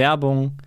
Werbung.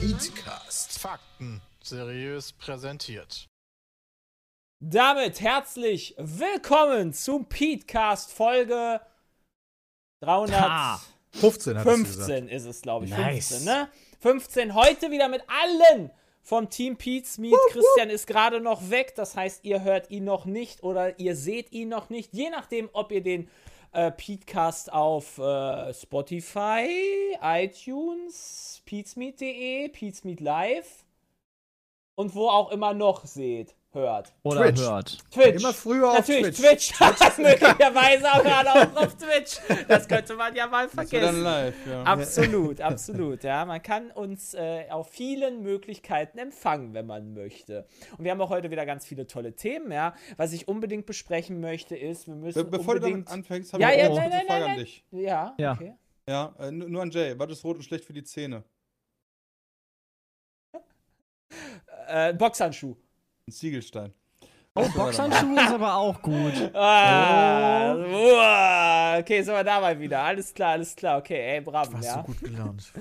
Podcast. Fakten seriös präsentiert. Damit herzlich willkommen zum Petecast Folge 315 15 hat es gesagt. ist es, glaube ich. Nice. 15, ne? 15 heute wieder mit allen vom Team Pete's Meet. Christian ist gerade noch weg, das heißt, ihr hört ihn noch nicht oder ihr seht ihn noch nicht, je nachdem, ob ihr den äh, Petecast auf äh, Spotify, iTunes, petesmeet.de, Petesmeet E, Live und wo auch immer noch seht, hört. Oder Twitch. hört. Twitch. Immer früher auf Natürlich, Twitch. Twitch. möglicherweise auch gerade auch auf Twitch. Das könnte man ja mal Wird dann vergessen. live, ja. Absolut, absolut. Ja, man kann uns äh, auf vielen Möglichkeiten empfangen, wenn man möchte. Und wir haben auch heute wieder ganz viele tolle Themen. Ja, was ich unbedingt besprechen möchte, ist, wir Be müssen bevor du damit unbedingt. anfängst, habe Ja, ich ja, noch nein, eine nein, kurze Frage nein, an nein. dich. ja, Ja. okay. Ja, äh, nu- nur an Jay. Was ist rot und schlecht für die Zähne? Äh, Boxhandschuh. Ein Ziegelstein. Oh, Boxhandschuh ist aber auch gut. Ah, uah. Okay, sind wir dabei wieder. Alles klar, alles klar. Okay, ey, brav. Warst ja. du gut gelaunt.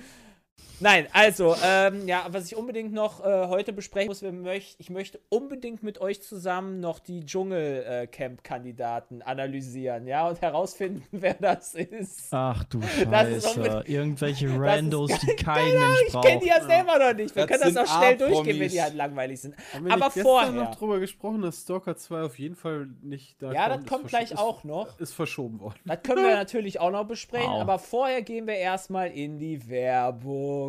Nein, also, ähm, ja, was ich unbedingt noch äh, heute besprechen muss, wir möcht, ich möchte unbedingt mit euch zusammen noch die Dschungelcamp-Kandidaten analysieren, ja, und herausfinden, wer das ist. Ach du Das ist Scheiße. unbedingt- Irgendwelche ist Äh, Randos, die kein Genau, Mensch ich kenne braucht. die ja selber noch nicht. Wir Das können das sind auch schnell A-Promis. durchgehen, wenn die halt langweilig sind. Haben wir Aber nicht gestern vorher. noch drüber gesprochen, dass Stalker 2 auf jeden Fall nicht da Ja, kommt? das Ist kommt versch- gleich ist, auch noch. Ist verschoben worden. Das können wir natürlich auch noch besprechen, Wow. aber vorher gehen wir erstmal in die Werbung.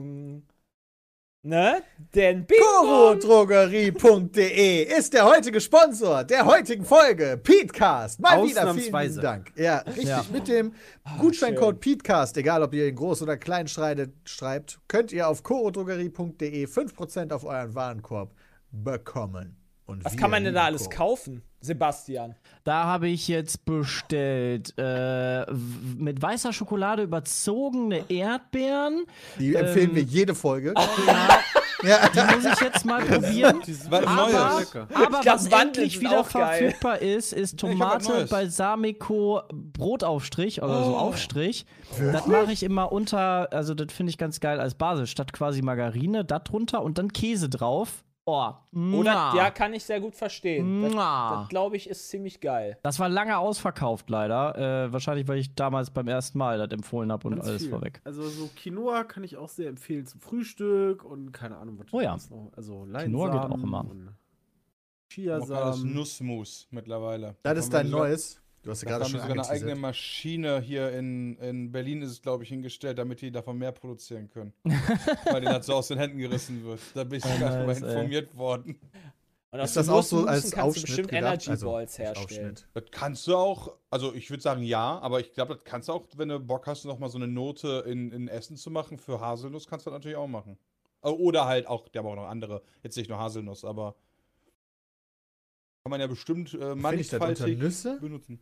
Ne? Denn Bingo! Korodrogerie.de E ist der heutige Sponsor der heutigen Folge Petecast. Mal wieder Ausnahmsweise. vielen Dank. Ja, richtig. Ja. Mit dem Ah, Gutscheincode Petecast, egal ob ihr ihn groß oder klein schreitet, schreibt, könnt ihr auf korodrogerie.de 5% E auf euren Warenkorb bekommen. Und Was wir kann man denn da lieben alles Koro. kaufen, Sebastian? Da habe ich jetzt bestellt äh, w- mit weißer Schokolade überzogene Erdbeeren. Die empfehlen Ähm, wir jede Folge. Oh. Die muss ich jetzt mal probieren. Was Aber, Neues? lecker. aber glaub, was Mandeln endlich sind wieder auch geil. verfügbar ist, ist ich hab was Tomate, Neues. Balsamico, Brotaufstrich oder so Aufstrich. Das mache ich immer unter, also das finde ich ganz geil als Basis, statt quasi Margarine, da drunter und dann Käse drauf. Oh, Oder? mua. Ja, kann ich sehr gut verstehen. Das, Mua. das glaube ich, ist ziemlich geil. Das war lange ausverkauft leider. Äh, wahrscheinlich, weil ich damals beim ersten Mal das empfohlen habe und Ganz alles viel. vorweg. Also so Quinoa kann ich auch sehr empfehlen zum Frühstück und keine Ahnung, was Oh ja. sonst noch. Also Quinoa geht auch immer. und Das Chiasamen. Nussmus mittlerweile. Das Da ist haben dein wir sogar- neues. Du hast ja Da gerade haben schon wir sogar eine eigene angeteasert. Maschine hier in, in Berlin, ist es glaube ich, hingestellt, damit die davon mehr produzieren können. Weil denen das so aus den Händen gerissen wird. Da bin ich sogar drüber nice, ey. informiert worden. Und Ist das auch so Nussmusen als kannst du Aufschnitt bestimmt gedacht? Energy Also, Balls als herstellen. Aufschnitt. Das kannst du auch, also ich würde sagen ja, aber ich glaube, das kannst du auch, wenn du Bock hast, nochmal so eine Note in, in Essen zu machen für Haselnuss, kannst du das natürlich auch machen. Äh, Oder halt auch, die haben auch noch andere, jetzt nicht nur Haselnuss, aber kann man ja bestimmt äh, Finde ich das unter mannigfaltig Nüsse? benutzen.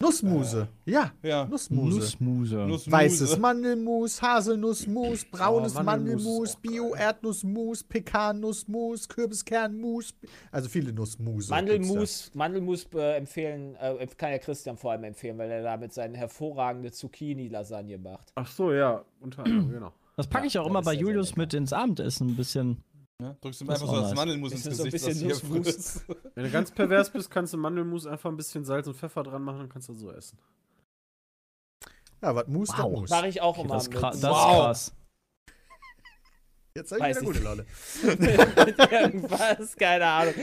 Nussmuse. Äh. Ja, Ja. äh, Nussmuse. Nussmuse. Nussmuse. Weißes Mandelmus, Haselnussmus, braunes Oh, Mandelmus Mandelmus, ist auch geil. Bio-Erdnussmus, Pekannussmus, Kürbiskernmus, also viele Nussmuse. gibt's Mandelmus, Mandelmus äh, empfehlen, äh, kann ja Christian vor allem empfehlen, weil er damit seine hervorragende Zucchini-Lasagne macht. Ach so, ja, unter anderem, genau. Das packe Ja, ich auch das immer ist bei ja sehr Julius lecker. mit ins Abendessen ein bisschen. Ne? Drückst ihm Das einfach ist so auch das nice. Mandelmus Ist ins das so ein Gesicht, das bisschen hier Nussmus? frisst. Wenn du ganz pervers bist, kannst du Mandelmus einfach ein bisschen Salz und Pfeffer dran machen, dann kannst du das so essen. da. Ja, was Mus, das Wow. Mus. Mache ich auch immer Das ist, Oh mit, kra das Wow. ist krass. Jetzt hab ich Weiß wieder ich. gute Laune. mit irgendwas, keine Ahnung.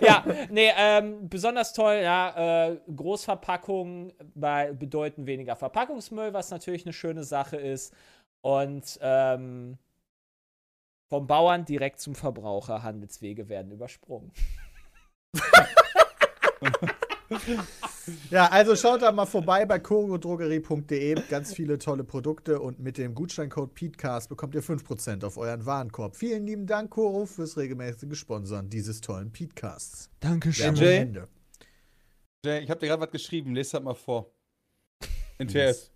Ja, nee, ähm, besonders toll, ja, äh, Großverpackungen bei, bedeuten weniger Verpackungsmüll, was natürlich eine schöne Sache ist. Und ähm, vom Bauern direkt zum Verbraucher, Handelswege werden übersprungen. Ja, also schaut da mal vorbei bei choreodrogerie.de. Ganz viele tolle Produkte und mit dem Gutscheincode E PETECAST bekommt ihr 5% auf euren Warenkorb. Vielen lieben Dank, Coro, fürs regelmäßige Sponsoren dieses tollen E Podcasts. Dankeschön. Jay? Ende. Jay, Ich habe dir gerade was geschrieben, lest das mal vor. NTS.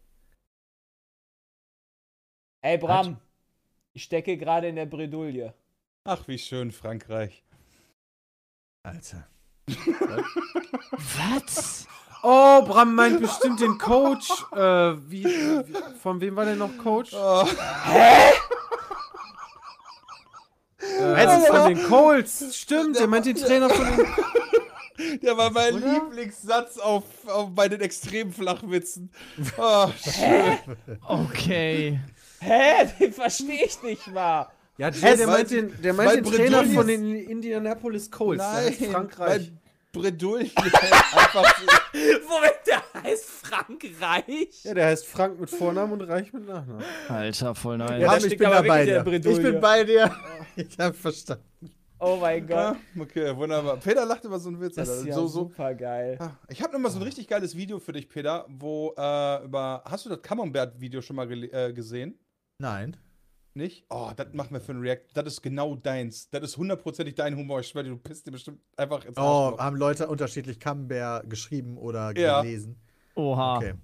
Ey, Bram, ich stecke gerade in der Bredouille. Ach, wie schön, Frankreich. Alter. Was? Oh, Bram meint bestimmt den Coach. Äh, wie, wie, von wem war der noch Coach? Oh, Äh, von den Colts. Stimmt, der meint den Trainer von den der war mein Lieblingssatz auf, auf, bei den extremen Flachwitzen. Oh, schön. Okay. Hä? Den verstehe ich nicht mal. Ja, Jay, der weil- meint den, der weil meint den Trainer Bredouille von ist- den Indianapolis Colts. der heißt Frankreich. mein Bredouille ist halt einfach so. Moment, der heißt Frankreich? Ja, der heißt Frank mit Vornamen und Reich mit Nachnamen. Alter, voll nice. Ja, da Bram, ich steckt bin aber da bei wirklich dir. der Ich Bredouille. bin bei dir. Ich hab verstanden. Oh mein Gott. Ja, okay, wunderbar. Peter lacht über so einen Witz. Das Alter. ist ja so, so. super geil. Ah, Ich habe nochmal so ein richtig geiles Video für dich, Peter, wo äh, über. Hast du das Camembert-Video schon mal gele- äh, gesehen? Nein. Nicht? Oh, das machen wir für ein React. Das ist genau deins. Das ist hundertprozentig dein Humor. Ich schwöre dir, du pisst dir bestimmt einfach ins Oh, Arschloch. haben Leute unterschiedlich Camembert geschrieben oder Ja. gelesen? Oha. Okay.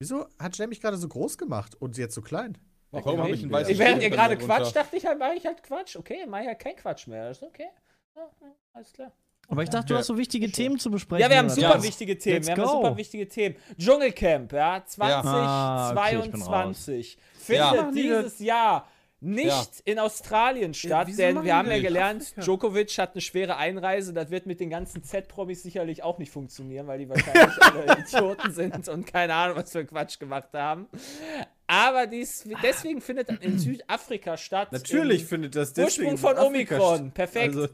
Wieso hat Jay mich gerade so groß gemacht und jetzt so klein? Warum habe ich einen weißen Ich während Schritt ihr bei gerade mir runter? Quatsch, dachte ich halt, mache ich halt Quatsch. Okay, mache ich halt kein Quatsch mehr. Das ist okay. Ja, ja, Alles klar. Aber ich dachte, du hast so wichtige Themen zu besprechen. Ja, wir haben oder super was? wichtige Themen. Let's Wir haben go. super wichtige Themen. Dschungelcamp, ja, Ah, okay, ich bin 2022 Ja. findet Machen die Äh, dieses Jahr nicht Ja. in Australien statt, wieso denn machen wir die haben ja denn in gelernt, Afrika? Djokovic hat eine schwere Einreise. Das wird mit den ganzen Z-Promis sicherlich auch nicht funktionieren, weil die wahrscheinlich alle Idioten sind und keine Ahnung, was für Quatsch gemacht haben. Aber dies, deswegen findet das in Südafrika statt. Natürlich im findet das Ursprung deswegen von Afrika Omikron. statt. Perfekt. Also,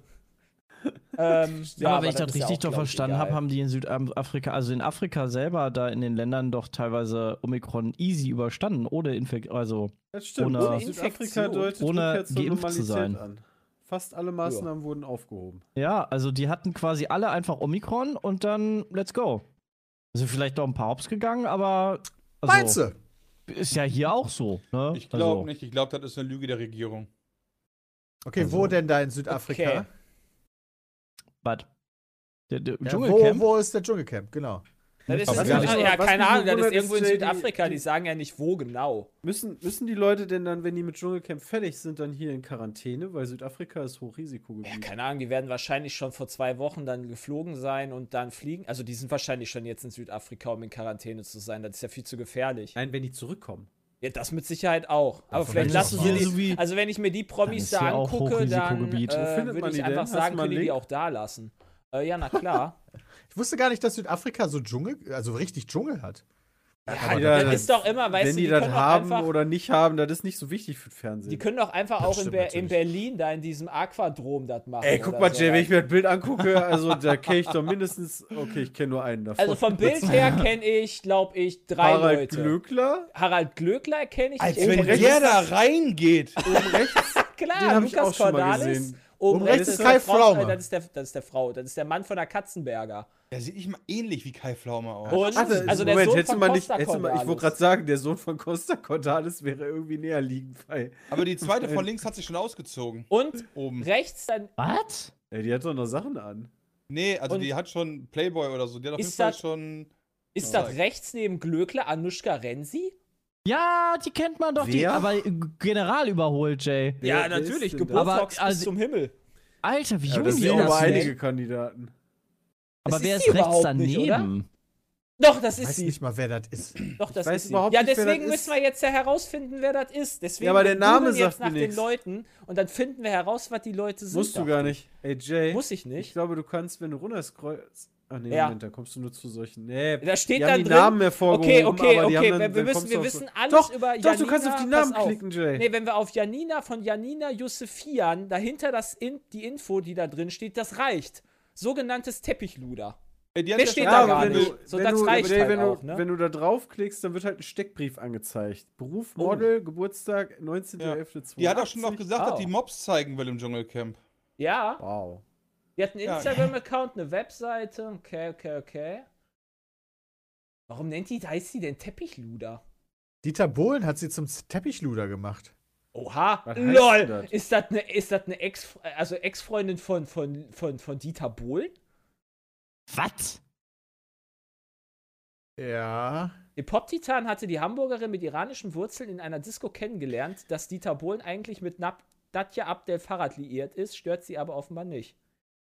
Ähm, ja, aber wenn ich das das ist richtig ja auch, doch glaub ich, verstanden egal. habe, haben die in Südafrika, also in Afrika selber, da in den Ländern doch teilweise Omikron easy überstanden, ohne Infekt, also das stimmt. Ohne- Ohne Ohne Südafrika Infektion. deutet Ohne Rückkehr zur geimpft zu sein. Normalität an. Fast alle Maßnahmen wurden aufgehoben. ja, also die hatten quasi alle einfach Omikron und dann let's go. Also vielleicht doch ein paar Hops gegangen, aber also, Meinst du? ist ja hier auch so. Ne? Ich glaube also, nicht. Ich glaube, das ist eine Lüge der Regierung. Okay, Also- wo denn da in Südafrika? Okay. Was? Der, der Ja, wo, Dschungelcamp? Äh, wo ist der Dschungelcamp? Genau. Das ist Aber in was Südafrika- mich- ja, was keine mich Ahnung, das ist wundert, irgendwo in ist, äh, die- Südafrika, die die- sagen ja nicht, wo genau. Müssen, müssen die Leute denn dann, wenn die mit Dschungelcamp fertig sind, dann hier in Quarantäne? Weil Südafrika ist Ja, Hochrisikogebiet. keine Ahnung, die werden wahrscheinlich schon vor zwei Wochen dann geflogen sein und dann fliegen. Also die sind wahrscheinlich schon jetzt in Südafrika, um in Quarantäne zu sein. Das ist ja viel zu gefährlich. Nein, wenn die zurückkommen. Ja, das mit Sicherheit auch. Aber vielleicht ist lassen doch sie mal. So die. wie- Also wenn ich mir die Promis ist da ja auch angucke, dann Hochrisikogebiet. Wo äh, findet würde man ich die denn? einfach Hast du sagen, mal können einen die die Link? auch da lassen. Äh, ja, na klar. Ich wusste gar nicht, dass Südafrika so Dschungel, also richtig Dschungel hat. ja, die das da- ist doch immer, weißt du, wenn die, die das können doch haben einfach, oder nicht haben, das ist nicht so wichtig für den Fernsehen. Die können doch einfach auch in, stimmt Ber in natürlich. Berlin da in diesem Aquadrom das machen. Ey, guck oder mal, so. Jay, wenn ich mir das Bild angucke, also da kenne ich doch mindestens, okay, ich kenne nur einen davon. Also vom Bild her kenne ich, glaube ich, drei Harald Leute. Glöckler, Harald Glöckler kenne ich. Als nicht. Oh, wenn Oben rechts- der da reingeht. oben rechts, den Klar, habe ich auch Lukas schon mal Cordalis. Oh, gesehen. Oben rechts ist Kai der Frau- Pflaume. äh, Das ist, der, das ist der Frau. Das ist der Mann von der Katzenberger. Der sieht nicht mal ähnlich wie Kai Pflaume aus. Und also der Moment, Sohn hättest du von mal nicht, Costa hättest du mal, ich wollte Cordalis. gerade sagen, der Sohn von Costa Cordalis wäre irgendwie näher liegend bei. Aber die zweite von links hat sich schon ausgezogen. Und Oben. rechts dann Was? Ey, die hat doch noch Sachen an. Nee, also Und- die hat schon Playboy oder so. Die hat auf Ist jeden Fall das- schon. Ist das rechts neben Glöckler Anushka Renzi? Ja, die kennt man doch, die, Wer? aber äh, General überholt, Jay. Ja, wer ist natürlich. denn da? Aber, Geburtstags bis also- zum Himmel. Alter, wie Ja, jung das die sind aber ne? ist. einige Kandidaten. Aber Das wer ist ist sie rechts überhaupt nicht, oder? daneben? Doch, das ist Weiß sie. nicht mal, wer das ist. Doch, das Ich weiß ist sie. überhaupt Ja, nicht, wer deswegen das ist. müssen wir jetzt ja herausfinden, wer das ist. Deswegen Ja, aber der wir Name googeln jetzt sagt nach mir den nichts. Leuten und dann finden wir heraus, was die Leute sind. Musst du da. gar nicht. Ey, Jay. Muss ich nicht. Ich glaube, du kannst, wenn du runterscrollst. Ach nee, Ja. Moment, da kommst du nur zu solchen. Nee, Da steht die dann haben die drin- Namen hervorgehoben. Okay, okay, aber die okay. Haben dann, wir dann wissen, kommst wir du auf so- wissen alles doch, über Janina. Doch, du kannst auf die Namen pass auf. klicken, Jay. Nee, wenn wir auf Janina von Janina Yusefian, dahinter das in, die Info, die da drin steht, das reicht. Sogenanntes Teppichluder. Ey, die hat Wer ja steht schon- da Ja, gar wenn wenn du- nicht? du, So, wenn das du, reicht Jay, halt wenn, auch, du, ne? wenn du da draufklickst, dann wird halt ein Steckbrief angezeigt. Beruf, Oh. Model, Geburtstag, 19.11.2020. Die hat auch schon noch gesagt, dass die Oh. Mobs zeigen will im Dschungelcamp. Ja, Wow. die hat einen Ja. Instagram-Account, eine Webseite. Okay, okay, okay. Warum nennt die, heißt sie denn Teppichluder? Dieter Bohlen hat sie zum Teppichluder gemacht. Oha, Was heißt denn lol. das? Ist das eine, ist das eine Ex, also Ex-Freundin von, von, von, von Dieter Bohlen? Was? Ja. Den Pop-Titan hatte die Hamburgerin mit iranischen Wurzeln in einer Disco kennengelernt. Dass Dieter Bohlen eigentlich mit Nab Nadja Abdel Farhat liiert ist, stört sie aber offenbar nicht.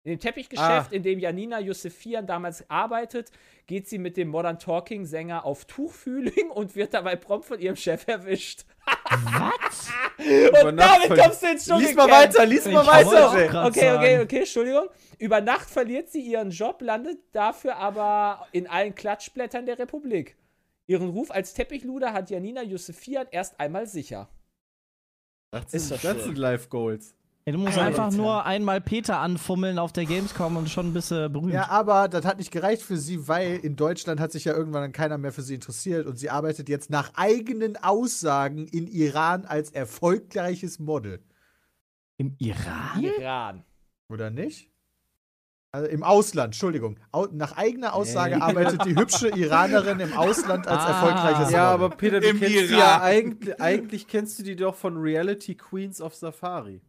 In dem Teppichgeschäft, Ah. in dem Janina Yusefian damals arbeitet, geht sie mit dem Modern Talking-Sänger auf Tuchfühling und wird dabei prompt von ihrem Chef erwischt. Was? Und damit Nachfolge- kommst du ins Lies mal Dschungelcamp. weiter, lies mal Ich wollte weiter, auch Jay. grad Okay, okay, sagen. okay, Entschuldigung. Über Nacht verliert sie ihren Job, landet dafür aber in allen Klatschblättern der Republik. Ihren Ruf als Teppichluder hat Janina Yusefian erst einmal sicher. Das Ist sind, das das so. sind Life Goals. Ey, du musst einfach nur einmal Peter anfummeln auf der Gamescom und schon ein bisschen berühmt. Ja, aber das hat nicht gereicht für sie, weil in Deutschland hat sich ja irgendwann dann keiner mehr für sie interessiert und sie arbeitet jetzt nach eigenen Aussagen in Iran als erfolgreiches Model. Im Iran? Iran. Oder nicht? Also im Ausland, Entschuldigung. Au nach eigener Aussage arbeitet die hübsche Iranerin im Ausland als Ah. erfolgreiches Model. Ja, aber Peter, du Im kennst die ja Irak. eigentlich, eigentlich kennst du die doch von Reality Queens of Safari.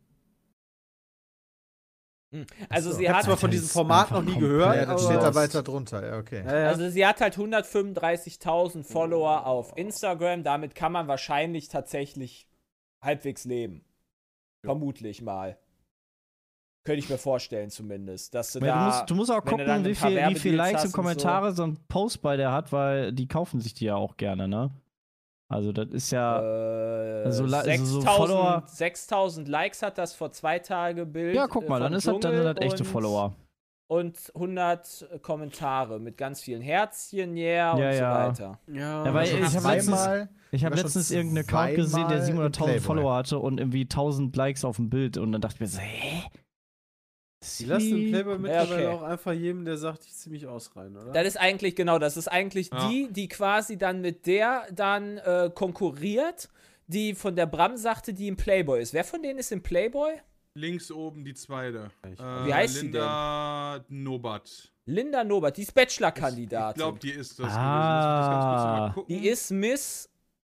Also Ach so. sie Ich hab hat zwar von das diesem ist Format einfach noch nie komplett gehört, ja, dann aber steht da weiter drunter. Ja, okay. Ja, ja. also sie hat halt 135.000 Follower auf Instagram, damit kann man wahrscheinlich tatsächlich halbwegs leben. Vermutlich mal. Könnte ich mir vorstellen zumindest, dass du Ja, da du, musst, du musst auch wenn du dann gucken, ein wie paar viel, wie Werbedeals viel Likes hast und und so. Kommentare so. ein Post bei der hat, weil die kaufen sich die ja auch gerne, ne? Also das ist ja. Äh, So la- so- so 6000 Follower. 6000 Likes hat das vor zwei Tage Bild. ja, guck äh, mal, vom dann, ist das, dann sind Dschungel das echte und- Follower. Und 100 Kommentare mit ganz vielen Herzchen, Ja, yeah und ja. so weiter. Ja, Ja, weil schon ich hab zweimal- letztens- Also Zweimal. Ich habe war schon letztens irgendeinen Account gesehen, der zweimal im 700.000 Playboy. Follower hatte und irgendwie 1000 Likes auf dem Bild. Und dann dachte ich mir so, hä? Die lassen den Playboy mittlerweile okay. auch einfach jedem, der sagt, ich zieh mich aus rein, oder? Das ist eigentlich, genau, das ist eigentlich Ja. die, die quasi dann mit der dann äh, konkurriert, die von der Bram sagte, die im Playboy ist. Wer von denen ist im Playboy? Links oben die zweite. Äh, Wie heißt sie Linda denn? Nobat. Linda Nobert, die ist Ich glaube, Bachelor-Kandidatin. die ist das. Ah. gewesen. Lass mich das ganz kurz noch mal gucken. Die ist Miss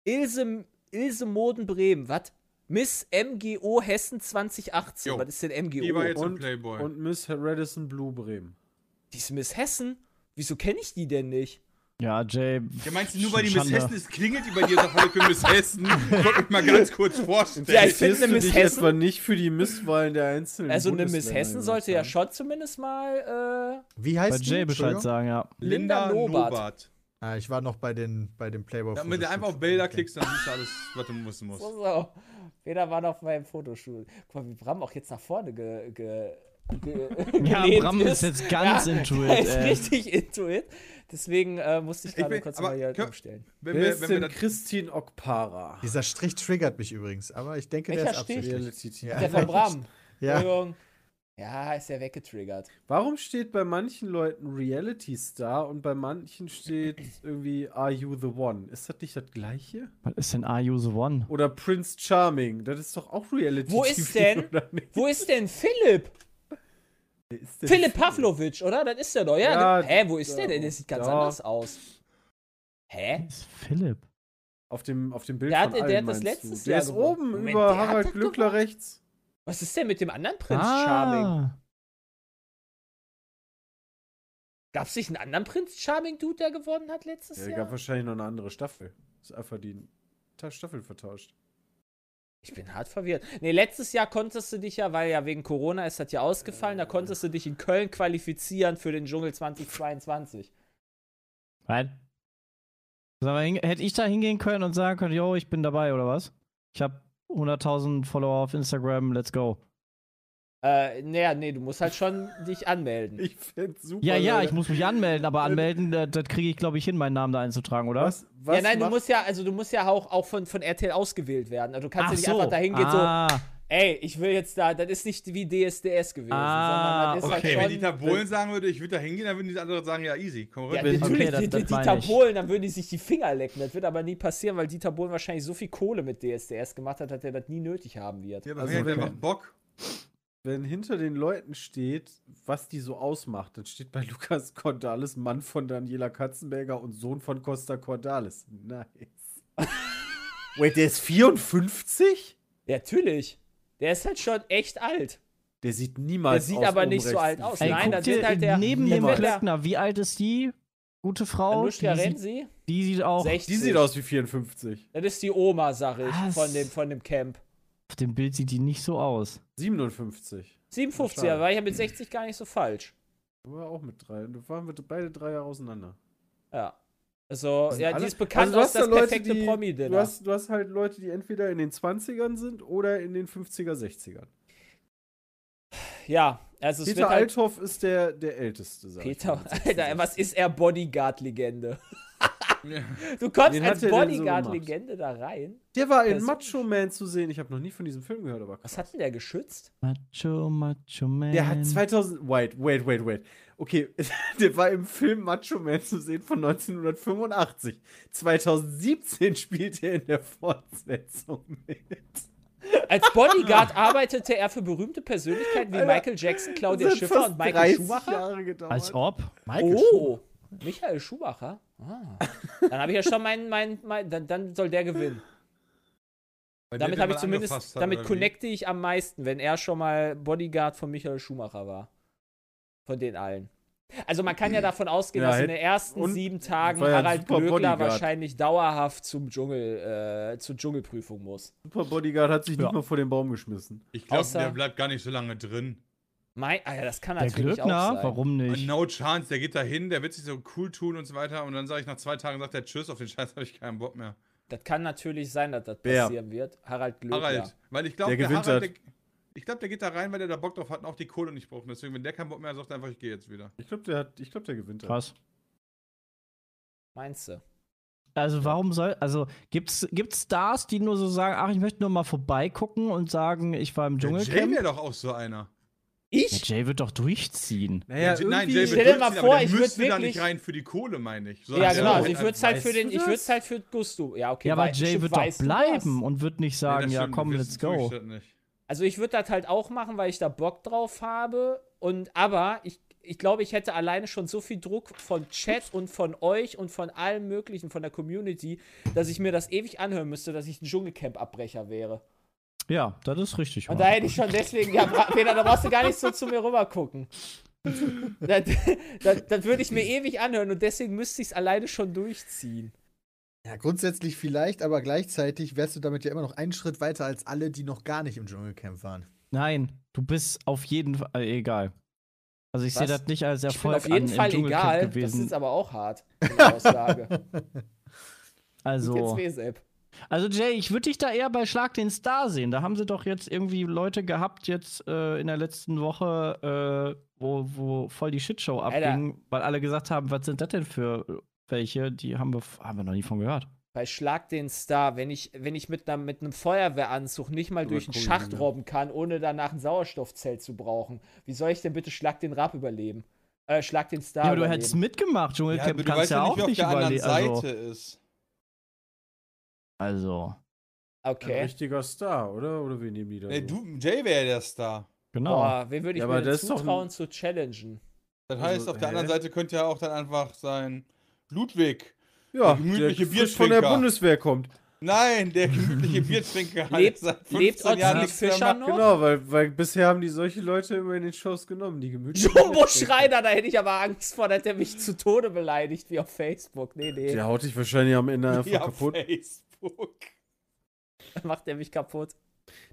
Ilse, Ilse Moden Bremen. Was? Miss MGO Hessen 2018. Jo. Was ist denn MGO? Die war jetzt im und, Playboy. und Miss Redison Blue Bremen. Die ist Miss Hessen? Wieso kenne ich die denn nicht? Ja, Jay. ja, pff, meinst du, nur weil die Miss Schande. Hessen ist, klingelt die bei dir und sagt, hallo, ich bin Miss Hessen? Wollte mich mal ganz kurz vorstellen. Ja, ich find Interessierst eine du Miss dich Hessen- etwa nicht für die Misswahlen der einzelnen Also eine Miss Bundesländer, Hessen sollte ja Jonathan? schon zumindest mal äh, Wie Bei heißt die? Jay Bescheid Entschuldigung? sagen, ja. Linda Nobat. Ah, ich war noch bei den, bei den Playboy. Ja, wenn du einfach auf Bilder klickst, dann siehst du alles, was du wissen äh, musst. so, so. Weder war noch meinem Fotostuhl. Guck mal, wie Bram auch jetzt nach vorne ge, ge, ge Ja, gelehnt Bram ist jetzt ganz intuit, Er ist ey. richtig intuit. Deswegen äh, musste ich Ich gerade bin- kurz aber mal hier kö- umstellen. Wenn Wer wir, ist wenn wir denn das Christine Okpara? Dieser Strich triggert mich übrigens, aber ich denke, der Welcher ist Strich? absichtlich. Reality-TV. Ja. Der von Bram. Ja. Entschuldigung. Ja, ist ja weggetriggert. Warum steht bei manchen Leuten Reality Star und bei manchen steht irgendwie Are You the One? Ist das nicht das gleiche? Was ist denn Are You the One? Oder Prince Charming? Das ist doch auch Reality Wo ist denn- oder nicht? Wo ist denn Philipp? Wer ist denn Philipp Pavlovic, oder? Das ist der doch. Ja, Ja, der, hä, wo ist der da- denn? Der sieht ganz da. anders aus. Hä? Wer ist Philipp? Auf dem, auf dem Bild Der hat- von allen, der hat das meinst du? letztes Der Jahr ist gewonnen. oben Moment, der über hat Harald das Glückler rechts. Was Ah. ist denn mit dem anderen Prinz Charming? Ah. Gab es nicht einen anderen Prinz Charming Dude, der gewonnen hat letztes Ja, gab Jahr? wahrscheinlich noch eine andere Staffel. Ist einfach die Ta- Staffel vertauscht. Ich bin hart verwirrt. Nee, letztes Jahr konntest du dich ja, weil ja wegen Corona ist das ja ausgefallen, da konntest du dich in Köln qualifizieren für den Dschungel 2022. Nein. Sag mal, hin- hätte ich da hingehen können und sagen können, yo, ich bin dabei oder was? Ich habe 100.000 Follower auf Instagram, let's go. Äh, naja, nee, du musst halt schon dich anmelden. Ich find's super. Ja, ja, Leute. ich muss mich anmelden, aber anmelden, das, das kriege ich, glaube ich, hin, meinen Namen da einzutragen, oder? Äh, Was, was ja, nein, du macht- musst ja, also du musst ja auch, auch von, von RTL ausgewählt werden. Also du kannst ja nicht einfach dahin gehen, ah, so. so, ey, ich will jetzt da, das ist nicht wie DSDS gewesen, Ah, sondern das ist Okay, wenn halt die schon. Bohlen sagen würde, ich würde da hingehen, dann würden die anderen sagen, ja, easy, komm Ja, rein. bin- natürlich, Okay, das- die, die, das meine Dieter ich. Bohlen, dann würden die sich die Finger lecken. Das wird aber nie passieren, weil Dieter Bohlen wahrscheinlich so viel Kohle mit DSDS gemacht hat, dass er das nie nötig haben wird. Ja, aber Also, wer hat okay. einfach Bock? Wenn hinter den Leuten steht, was die so ausmacht, dann steht bei Lukas Cordalis Mann von Daniela Katzenberger und Sohn von Costa Cordalis. Nice. Wait, der ist 54? Ja, natürlich. Der ist halt schon echt alt. Der sieht niemals Der sieht aus. aber oben nicht so rechts. alt aus. Ey, Nein, guck das wird dir halt der- neben das dem wird der- Klöckner, wie alt ist die? Gute Frau, Oh, die Anushka sieht, Oh, Renzi, die sieht auch 60. Die sieht aus wie 54. Das ist die Oma, sag ich, Was? von dem, von dem Camp. Auf dem Bild sieht die nicht so aus. 57. 57, Ja, er schade. war ja mit 60 gar nicht so falsch. Da war auch mit drei. Da waren wir beide drei Jahre auseinander. Ja. Also, sind ja, alle- die ist bekannt du als hast da das Leute, perfekte die- Du Promi-Dinner. hast, du hast halt Leute, die entweder in den 20ern sind oder in den 50er, 60ern. Ja, also es Peter wird halt Althoff ist der, der Älteste. Sag ich Peter, mal, mit Alter, 66. was ist er Bodyguard-Legende? Du kommst Wen hat als der denn so Bodyguard-Legende da rein. Der war in Das- Macho Man zu sehen. Ich habe noch nie von diesem Film gehört, aber Was krass. hat denn der geschützt? Macho, Macho Man. Der hat 2000. Wait, wait, wait, wait. Okay, der war im Film Macho Man zu sehen von 1985. 2017 spielt er in der Fortsetzung mit. Als Bodyguard arbeitete er für berühmte Persönlichkeiten wie Alter, Michael Jackson, Claudia Das hat Schiffer fast und Michael 30 Schumacher. Jahre gedauert. Als ob. Michael Oh, Michael Schumacher? Ah. Dann habe ich ja schon meinen, meinen, meinen dann, dann soll der gewinnen. Weil der Damit den habe ich mal zumindest, angefasst hat, damit oder wie? connecte ich am meisten, wenn er schon mal Bodyguard von Michael Schumacher war. Von den allen. Also man kann ja davon ausgehen, Ja, dass in hätte- den ersten und sieben Tagen war ja ein Harald super Glöckler Bodyguard. wahrscheinlich dauerhaft zum Dschungel, äh, zur Dschungelprüfung muss. Super Bodyguard hat sich Ja. nicht mal vor den Baum geschmissen. Ich glaube, Außer- der bleibt gar nicht so lange drin. Mein, Alter, ah das kann Der natürlich auch Glöckner, sein. warum nicht? No chance, der geht da hin, der wird sich so cool tun und so weiter. Und dann sage ich nach zwei Tagen, sagt er Tschüss, auf den Scheiß habe ich keinen Bock mehr. Das kann natürlich sein, dass das Wer? passieren wird. Harald Glöckler. Harald, weil ich glaube, Der der, gewinnt Harald, der, hat. ich glaube, der geht da rein, weil der da Bock drauf hat und auch die Kohle nicht braucht. Und Deswegen, wenn der keinen Bock mehr hat, sagt er einfach, ich gehe jetzt wieder. Ich glaube, der, hat- ich glaub, der gewinnt. das. Krass. Meinst du? Also warum soll, also gibt's, gibt's Stars, die nur so sagen, ach, ich möchte nur mal vorbeigucken und sagen, ich war im Der Jay Dschungelcamp? wäre doch auch so einer. Der Ich? Jay wird doch durchziehen. Naja, Der- nein, irgendwie- Jay wird Stell dir mal durchziehen, vor, aber der ich würd müsste da wirklich- nicht rein für die Kohle, meine ich. Ja, genau. der- Also ich würde es halt weißt für den, du ich das? würde es halt für Gusto. Ja, okay. ja, aber wei- Jay stimmt, wird doch weißt du bleiben das? und wird nicht Nee, das sagen, ja, stimmt, komm, wir let's wissen go. natürlich das nicht. Also ich würde das halt auch machen, weil ich da Bock drauf habe. Und aber ich, ich glaube, ich hätte alleine schon so viel Druck von Chat und von euch und von allem möglichen, von der Community, dass ich mir das ewig anhören müsste, dass ich ein Dschungelcamp-Abbrecher wäre. Ja, das ist richtig. Und da Mann. hätte ich schon deswegen, ja, bra- Peter, da brauchst du gar nicht so zu mir rüber gucken. Das, das, das würde ich mir ewig anhören und deswegen müsste ich es alleine schon durchziehen. Ja, grundsätzlich vielleicht, aber gleichzeitig wärst du damit ja immer noch einen Schritt weiter als alle, die noch gar nicht im Dschungelcamp waren. Nein, du bist auf jeden Fall äh, egal. Also ich sehe Was? das nicht als Ich bin Erfolg auf jeden an, im Fall Dschungelcamp egal. Das gewesen. ist aber auch hart, die Aussage. also, Jetzt WSAP. also Jay, ich würde dich da eher bei Schlag den Star sehen. Da haben sie doch jetzt irgendwie Leute gehabt jetzt äh, in der letzten Woche, äh, wo, wo voll die Shitshow Alter. abging, weil alle gesagt haben, was sind das denn für äh, welche? Die haben wir, f- haben wir noch nie von gehört. Bei Schlag den Star, wenn ich, wenn ich mit, einer, mit einem Feuerwehranzug nicht mal durch einen Schacht robben kann, ohne danach ein Sauerstoffzelt zu brauchen, wie soll ich denn bitte Schlag den Rab überleben? Äh, Schlag den Star. Ja, aber du überleben? hättest mitgemacht. Ja, aber Dschungelcamp du kannst weißt ja ja auch nicht, wie auf nicht der anderen überleben. Seite Also, ist. also, Ein Okay. richtiger Star, oder? Oder wir nehmen die da? Nee, so? du, Jay wäre der Star. genau. Boah, wen würde ich Ja, mir aber denn das ist doch ein- zutrauen zu challengen? Das Also, heißt, auf hä? der anderen Seite könnte ja auch dann einfach sein Ludwig. Ja, Der gemütliche frisch von der Biertrinker. Bundeswehr kommt. Nein, der gemütliche Biertrinker hat Lebt, seit 15 lebt Jahren Ottilie nichts mehr Fischer gemacht. noch? Genau, weil, weil bisher haben die solche Leute immer in den Shows genommen, die gemütlich. Jumbo Schreiner, da hätte ich aber Angst vor, dass der mich zu Tode beleidigt, wie auf Facebook. Nee, nee, Der haut dich wahrscheinlich am Ende einfach Ja, kaputt. Facebook. macht der mich kaputt.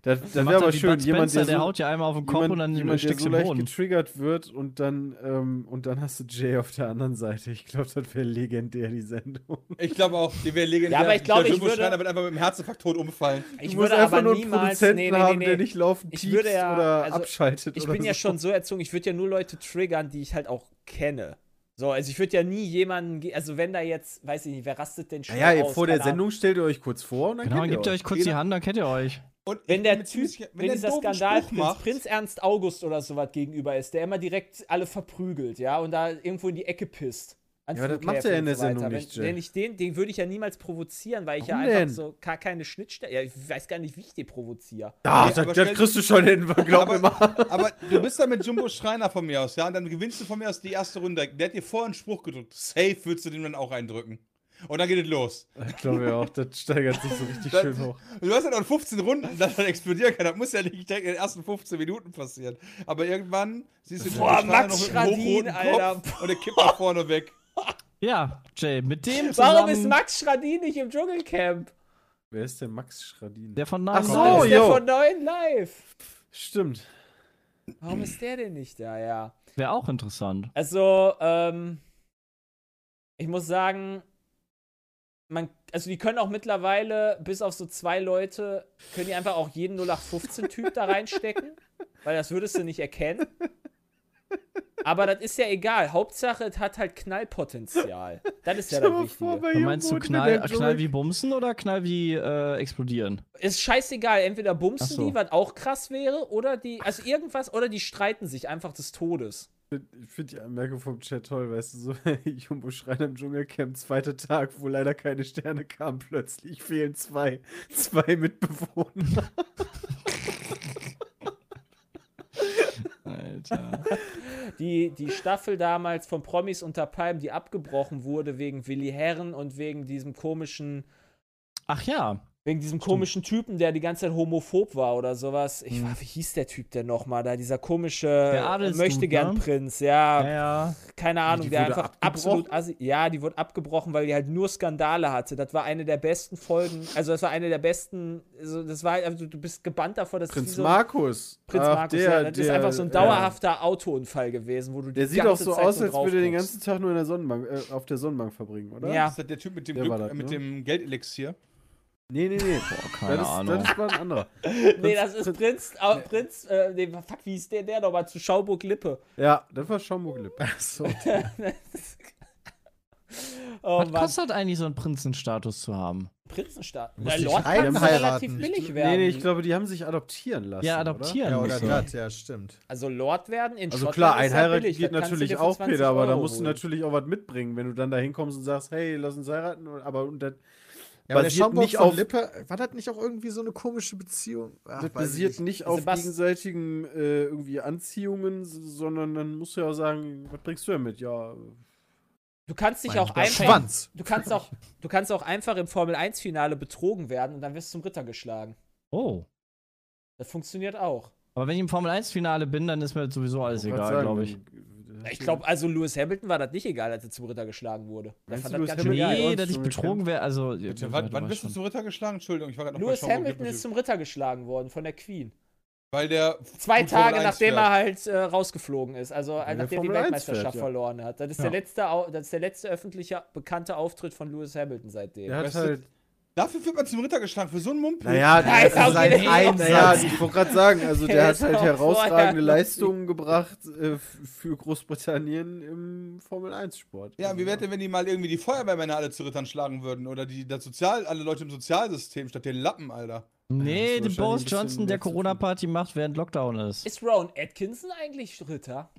Das, das Macht wäre er aber wie schön, Bud jemand, Spencer, der, der so, haut ja einmal auf den Kopf jemand, und dann jemand, der steckst so du im leicht Boden. getriggert wird und dann, ähm, und dann hast du Jay auf der anderen Seite. Ich glaube, das wäre legendär, die Sendung. Ich glaube auch, die wäre legendär. Ja, aber ich glaube, ich Jumbo würde- Schreiner wird einfach mit dem Herzinfarkt tot umfallen. Ich du musst würde einfach aber nur einen niemals. Produzenten nee, nee, nee, haben, nee. der nicht laufend Ich piepst würde ja- oder also, abschaltet. Ich oder bin ja so. schon so erzogen, ich würde ja nur Leute triggern, die ich halt auch kenne. So, also ich würde ja nie jemanden, ge- also wenn da jetzt, weiß ich nicht, wer rastet denn schon Naja, aus? vor der Keine Ahnung. Sendung stellt ihr euch kurz vor und dann Genau, dann kennt gebt ihr euch kurz die Hand, dann kennt ihr euch. Und ich Wenn bin der mir Typ, ziemlich sicher, wenn, der dieser einen doofen Skandal Spruch Prinz, Prinz Ernst August oder sowas gegenüber ist, der immer direkt alle verprügelt, ja, und da irgendwo in die Ecke pisst. An Ja, aber das Flughäfen macht er in und der so weiter. Sendung Wenn- nicht, Jay. Wenn ich den, den würde ich ja niemals provozieren, weil ich Warum ja denn? einfach so gar keine Schnittstelle, ja, ich weiß gar nicht, wie ich den provoziere. Ah, Nee, aber das, stell- das kriegst du schon hin, glaub mir mal. aber, aber du bist dann mit Jumbo Schreiner von mir aus, ja? Und dann gewinnst du von mir aus die erste Runde. Der hat dir vorher einen Spruch gedrückt. Safe würdest du dem dann auch eindrücken. Und dann geht es los. Ich glaube ja auch, das steigert sich so richtig Das- schön hoch. Du hast ja noch 15 Runden, dass er explodieren kann. Das muss ja nicht direkt in den ersten 15 Minuten passieren. Aber irgendwann siehst du Jumbo Boah, Schreiner Max noch mit einem hochroten Schradin, Kopf und der kippt nach vorne weg. Ja, Jay, mit dem zusammen, Warum ist Max Schradin nicht im Dschungelcamp? Wer ist denn Max Schradin? der von Ach Namen so, Warum Live? ist der jo. von neuen live? Stimmt. Warum ist der denn nicht da, ja? Wäre auch interessant. Also, ähm, ich muss sagen, man, also die können auch mittlerweile, bis auf so zwei Leute, können die einfach auch jeden 0815-Typ da reinstecken, weil das würdest du nicht erkennen. Aber das ist ja egal. Hauptsache, es hat halt Knallpotenzial. Das ist ja Stell das mal vor, Wichtige. bei Aber meinst du Jumbo Knall, in der Knall wie Bumsen oder Knall wie äh, explodieren? Ist scheißegal. Entweder Ach bumsen so. die, was auch krass wäre, oder die, also irgendwas, oder die streiten sich einfach des Todes. Dschungel- Ich finde die Anmerkung vom Chat toll, weißt du, so Jumbo Schreiner im Dschungelcamp, zweiter Tag, wo leider keine Sterne kamen, plötzlich fehlen zwei. Zwei Mitbewohner. Alter. Die, die Staffel damals von Promis unter Palmen, die abgebrochen wurde wegen Willi Herren und wegen diesem komischen, Ach ja, wegen diesem komischen Typen, der die ganze Zeit homophob war oder sowas. Mhm. Ich war, wie hieß der Typ denn nochmal da? Dieser komische Der Adelsdude, möchte gern ne? Prinz, ja, ja, ja. keine Ahnung, die der wurde einfach abgebrochen? absolut assi ja, die wurde abgebrochen, weil die halt nur Skandale hatte. Das war eine der besten Folgen, also das war eine der besten, also das war also du bist gebannt davor, dass Prinz es wie so, Markus. Prinz Ach, Markus, ja, das ist einfach so ein äh, dauerhafter Autounfall gewesen, wo du die Der sieht auch ganze so Zeit aus, nur als würde er den draufguckst. ganzen Tag nur in der Sonnenbank, äh, auf der Sonnenbank verbringen, oder? Ja. Ist das der Typ mit dem, Der Glück, war das, mit ne? dem Geldelixier? Nee, nee, nee. Boah, keine Das ist, Ahnung. das ist mal ein anderer. Nee, das ist Prinz, äh, Prinz, äh, nee, fuck, wie hieß der, der nochmal zu Schauburg-Lippe? Ja, das war Schaumburg-Lipp. Achso. Oh Was Mann, kostet eigentlich so einen Prinzenstatus zu haben? Prinzenstaat. Muss Na, ich Lord heiraten? kann relativ Ich- billig Nee, werden. nee, ich glaube, die haben sich adoptieren lassen. Ja, Oder? adoptieren. Ja, oder musst du. das, ja, stimmt. Also Lord werden in Also Schottland klar, ist ja einheiraten billig, geht das kannst du natürlich dir für auch, 20 Peter, aber da Euro musst du holen. natürlich auch was mitbringen, wenn du dann da hinkommst und sagst, hey, lass uns heiraten, und- aber und das, Ja, aber der Basiert Schaumburg nicht von auf- Lippe, war das nicht auch irgendwie so eine komische Beziehung? Ach, das weiß ich basiert nicht. nicht auf Sebast- gegenseitigen äh, irgendwie Anziehungen, s- sondern dann musst du ja auch sagen, was bringst du denn mit? Ja, Du kannst dich Mein auch einfach, Schwanz. du kannst auch, du kannst auch einfach im Formel-1-Finale betrogen werden und dann wirst du zum Ritter geschlagen. Oh. Das funktioniert auch. Aber wenn ich im Formel-1-Finale bin, dann ist mir das sowieso alles egal, glaube ich. Ich glaube, also Lewis Hamilton war das nicht egal, als er zum Ritter geschlagen wurde. Der Meinst fand du, das Lewis ganz schön Hamilton- geil. Nee, Ja, dass ich Entschuldigung. betrogen wäre, also... ja, Bitte, du wann weißt wann bist du schon. zum Ritter geschlagen? Entschuldigung, ich war gerade noch Lewis bei Schaumburg-Lippe Hamilton ist zum Ritter geschlagen worden von der Queen. Weil der. Zwei gut Formel Tage, 1 nachdem fährt. er halt äh, rausgeflogen ist, also äh, der nachdem die Formel 1 Weltmeisterschaft fährt, ja. verloren hat. Das ist, der letzte, au- das ist der letzte öffentliche bekannte Auftritt von Lewis Hamilton seitdem. der hat Weißt du, halt. Dafür wird man zum Ritter geschlagen, für so einen Mumpel. Naja, Ja, ist auch sein jeder- ein, jeder- naja ich wollte gerade sagen, also der, Der hat ist halt auch Genau vorher- herausragende Leistungen gebracht äh, f- für Großbritannien im Formel-1-Sport. Ja, wie wäre denn, wenn die mal irgendwie die Feuerwehrmänner alle zu Rittern schlagen würden? Oder die, das Sozial, alle Leute im Sozialsystem statt den Lappen, Alter. Nee, Ja, das den ist wahrscheinlich ein Boris bisschen Johnson, der mehr zu viel. Corona-Party macht, während Lockdown ist. Ist Rowan Atkinson eigentlich Ritter?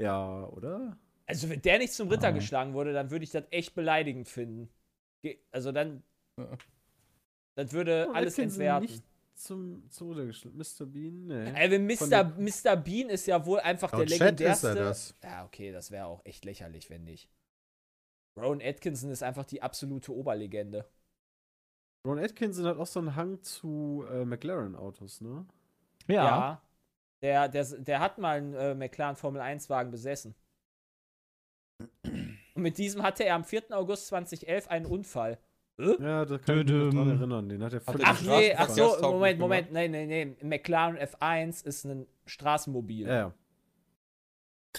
Ja, oder? Also, wenn der nicht zum Ritter Ah. geschlagen wurde, dann würde ich das echt beleidigend finden. Ge- Also, dann. Ja. Das würde Oh, alles Atkinson entwerten. Äh, Nicht zum, zum Ruder geschlagen. Mr. Bean, nee. Alvin, Von Mr. Mr. Bean ist ja wohl einfach der Laut Chat ist legendärste. er das. Ja, okay, das wäre auch echt lächerlich, wenn nicht. Rowan Atkinson ist einfach die absolute Oberlegende. Ron Atkinson hat auch so einen Hang zu äh, McLaren-Autos, ne? Ja. Der, der, der hat mal einen äh, McLaren Formel 1 Wagen besessen. Und mit diesem hatte er am 4. August 2011 einen Unfall. Ja, da kann ich mich noch dran erinnern. Den hat er Hat völlig er Ach den nee, ach so, Straßenverkehrstauglich Moment, Moment, nee, nee, nee. Ein McLaren F1 ist ein Straßenmobil. Ja, ja.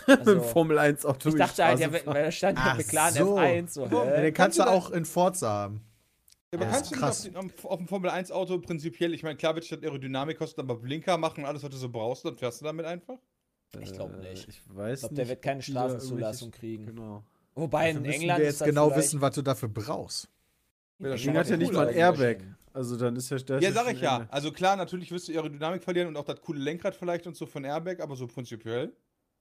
Also, Mit dem Formel 1 Auto. ich die dachte halt, Straße ja, fahren. weil da stand ja also Ach McLaren so. F1. So, hä? Ja, den kannst du kannst du auch in Forza haben. Ja, aber Ja, kannst ist du nicht auf, krass. den- am- auf dem Formel-1-Auto prinzipiell, ich meine, klar wird statt Aerodynamik kosten, aber Blinker machen und alles, was du so brauchst, dann fährst du damit einfach? Ich glaube nicht. Äh, Ich weiß Ich glaube, nicht. der wird keine ob die da Straßenzulassung kriegen. irgendwelche- Genau. Wobei Dafür in Also müssen England wir ist jetzt das genau vielleicht- wissen, was du dafür brauchst. Ja, das Der macht hat ja cool nicht mal aus. ein Airbag. Also dann ist ja der ist Ja, sag schon ich ja. Ende. Also klar, natürlich wirst du Aerodynamik verlieren und auch das coole Lenkrad vielleicht und so von Airbag, aber so prinzipiell.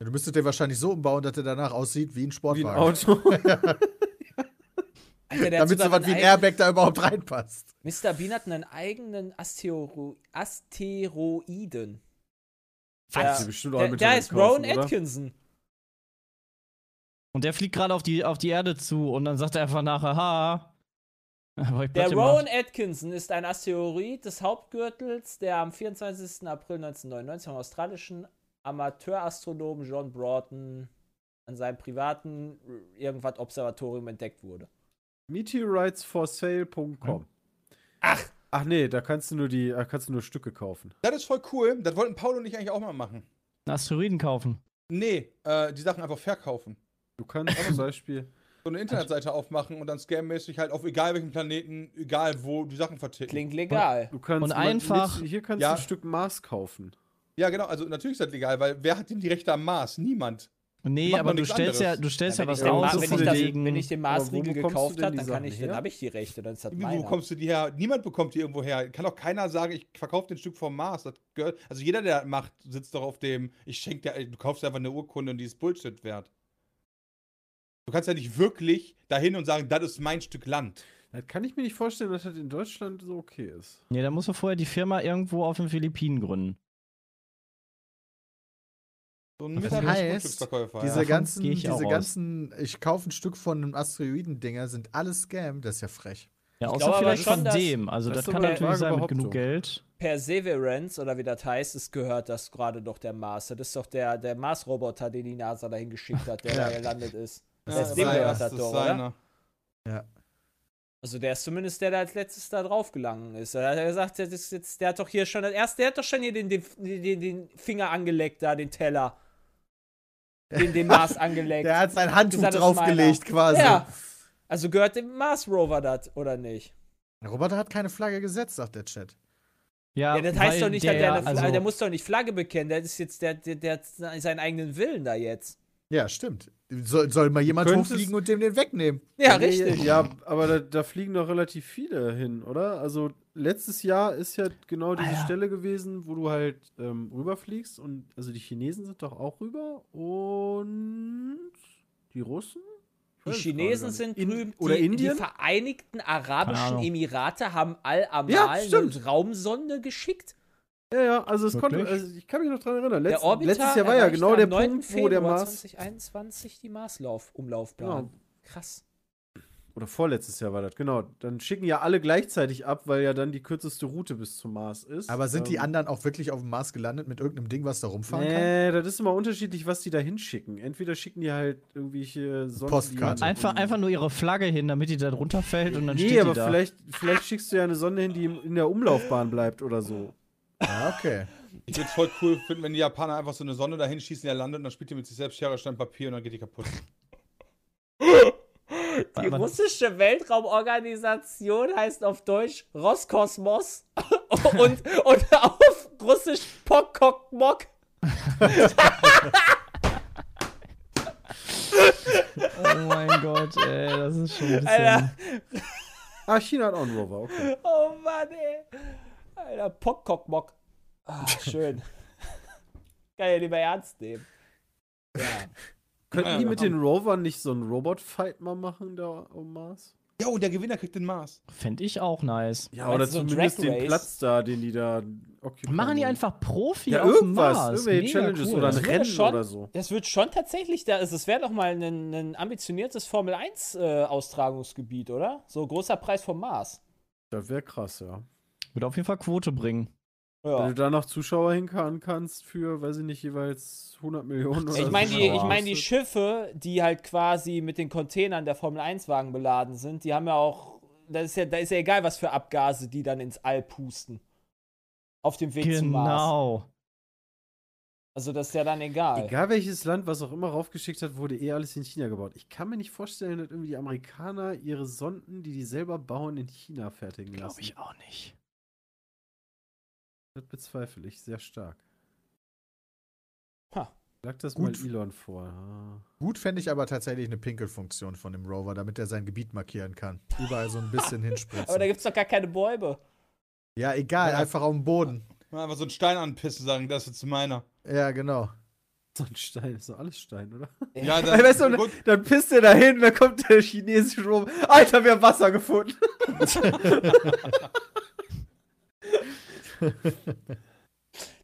Du müsstest den wahrscheinlich so umbauen, dass er danach aussieht wie ein Wie ein Sportwagen. Also, Auto. Alter, der hat damit so sogar was wie ein einen Airbag da überhaupt reinpasst. Mr. Bean hat einen eigenen Asteoro Asteroiden. Der, Kannst du bestimmt auch der, mit der dem ist Rowan kaufen, oder? Atkinson. Und der fliegt gerade auf die, auf die Erde zu und dann sagt er einfach nachher, ha. Aber ich Der platt Rowan gemacht. Atkinson ist ein Asteroid des Hauptgürtels, der am 24. April 1999 vom australischen Amateurastronomen John Broughton an seinem privaten äh, irgendwas Observatorium entdeckt wurde. Meteoritsforsale.com. Ach! Ach nee, da kannst du nur die, da kannst du nur Stücke kaufen. Das ist voll cool. Das wollten Paul und ich eigentlich auch mal machen. Einen Asteroiden kaufen. Nee, äh, die Sachen einfach verkaufen. Du kannst zum Beispiel. So eine Internetseite aufmachen und dann scammäßig halt auf egal welchem Planeten, egal wo, die Sachen verticken. Klingt legal. Du kannst Und man- einfach- Hier kannst Ja. du ein Stück Mars kaufen. Ja, genau. Also natürlich ist das legal, weil wer hat denn die Rechte am Mars? Niemand. Nee, Macht aber man du nichts stellst ja, anderes. du stellst ja, wenn, was ich den, raus, raus. Ma- das wenn, und ich ist das, die- deswegen- wenn ich den Aber Maßriegel wo bekommst du gekauft denn habe, die dann, kann Sachen ich- dann her? habe ich die Rechte, dann ist das Wie, meiner. wo kommst du die her? Niemand bekommt die irgendwo her. Kann auch keiner sagen, ich verkaufe den Stück vom Mars. Das gehört, also jeder, der das macht, sitzt doch auf dem, ich schenke dir, du kaufst dir einfach eine Urkunde und die ist Bullshit wert. Du kannst ja nicht wirklich dahin und sagen, das ist mein Stück Land. Das kann ich mir nicht vorstellen, dass das in Deutschland so okay ist. Nee, da musst du vorher die Firma irgendwo auf den Philippinen gründen. So ein Das mittlerer heißt, Grundstücksverkäufer, Diese ja. ganzen, gehe ich auch diese aus. ganzen, ich kaufe ein Stück von einem Asteroidendinger, sind alles Scam, das ist ja frech. Ja, außer glaube aber vielleicht schon, von dass- dem. Also das das, ist kann aber eine natürlich vage sein mit genug Behauptung. Geld. Perseverance oder wie das heißt, es gehört das gerade doch der Mars. Das ist doch der, der Mars-Roboter, den die NASA dahin geschickt hat, der da gelandet ist. Ja, Das das ist dem sei- gehört das das ist doch, oder? seiner. Also der ist zumindest der, der als letztes da drauf gelangen ist. Da hat er gesagt, der, ist jetzt, der hat doch hier schon das erste, der hat doch schon hier den, den, den, den Finger angeleckt, da, den Teller. Den, den Mars angeleckt. Der hat sein Handtuch Gesagt, das ist draufgelegt quasi. Ja. Also gehört dem Mars-Rover das, oder nicht? Der Roboter hat keine Flagge gesetzt, sagt der Chat. Ja, das heißt weil doch nicht, der, der, eine Fla- also- der muss doch nicht Flagge bekennen, der ist jetzt, der, der, der hat seinen eigenen Willen da jetzt. Ja, stimmt. Soll, soll mal jemand könntest- hochfliegen und dem den wegnehmen? Ja, richtig. Ja, aber da, da fliegen doch relativ viele hin, oder? Also letztes Jahr ist ja genau diese Stelle gewesen, wo du halt ähm, rüberfliegst und also die Chinesen sind doch auch rüber und die Russen? Ich Die weiß es Chinesen gerade gar sind nicht. In- drüben. Oder die, Indien? Die Vereinigten Keine Arabischen Ahnung. Emirate haben Al-Amal Ja, eine stimmt. Raumsonde geschickt. Ja, ja, also es konnte, Wirklich? also ich kann mich noch dran erinnern. Der Letz- Orbiter letztes Jahr war ja erreichte genau am der 9. Punkt, wo der Februar Mars. 2021 die Marslauf-Umlaufbahn. Genau. Krass. Oder vorletztes Jahr war das, genau. Dann schicken ja alle gleichzeitig ab, weil ja dann die kürzeste Route bis zum Mars ist. Aber sind die Ähm, anderen auch wirklich auf dem Mars gelandet mit irgendeinem Ding, was da rumfahren kann? Nee, das ist immer unterschiedlich, was die da hinschicken. Entweder schicken die halt irgendwelche Sonden. Postkarten. die- Einfach, einfach nur ihre Flagge hin, damit die da drunter fällt und dann Nee, steht aber die da. vielleicht, vielleicht schickst du ja eine Sonde hin, die im- in der Umlaufbahn bleibt oder so. Ah, okay. Ich würde es voll cool finden, wenn die Japaner einfach so eine Sonne dahin schießen, der landet und dann spielt die mit sich selbst Schere, Stein, Papier und dann geht die kaputt. Die russische Weltraumorganisation heißt auf Deutsch Roskosmos und, und auf Russisch Pokokmok. Oh mein Gott, ey, das ist schon ein bisschen. Alter. Ah, China hat auch einen Rover, okay. Oh Mann, ey. Alter, Pokokmok. Ah, schön. Kann ja nicht mehr ernst nehmen. Ja. Könnten die mit genau. den Rovern nicht so einen Robot-Fight mal machen da um Mars? Jo, der Gewinner kriegt den Mars. Fände ich auch nice. Ja, Meinst oder du so ein zumindest Drag den Race? Platz da, den die da occupieren Machen die wollen. einfach Profi ja, auf dem irgendwas, Mars. irgendwelche Mega Challenges cool. oder ein Das wäre Rennen schon- oder so. Das wird schon tatsächlich da. Also es wäre doch mal ein, äh, ein ambitioniertes Formel 1-Austragungsgebiet, oder? So großer Preis vom Mars. Das wäre krass, ja. Würde auf jeden Fall Quote bringen. Wenn Also du Ja. da noch Zuschauer hinkarren kannst für, weiß ich nicht, jeweils 100 Millionen oder Ich meine, die, ich Zuschauer. mein, die Schiffe, die halt quasi mit den Containern der Formel-1-Wagen beladen sind, die haben ja auch. Das ist ja, da ist ja egal, was für Abgase die dann ins All pusten. Auf dem Weg zum Mars. Genau. Also, das ist ja dann egal. Egal welches Land, was auch immer raufgeschickt hat, wurde eh alles in China gebaut. Ich kann mir nicht vorstellen, dass irgendwie die Amerikaner ihre Sonden, die die selber bauen, in China fertigen lassen. Glaube ich auch nicht. Das bezweifle ich sehr stark. Ha. Lag das Gut. mal Elon vor. Ah. Gut fände ich aber tatsächlich eine Pinkelfunktion von dem Rover, damit er sein Gebiet markieren kann. Überall so ein Aber bisschen da hinspritzen. gibt es doch gar keine Bäume. Ja, egal, Ja. einfach auf dem Boden. Mal Einfach so einen Stein anpissen, sagen, das ist jetzt meiner. Ja, genau. So ein Stein, ist doch alles Stein, oder? Ja, Ey, weißt du, gut, Dann pisst er da hin, dann kommt der chinesische Rom. Alter, wir haben Wasser gefunden.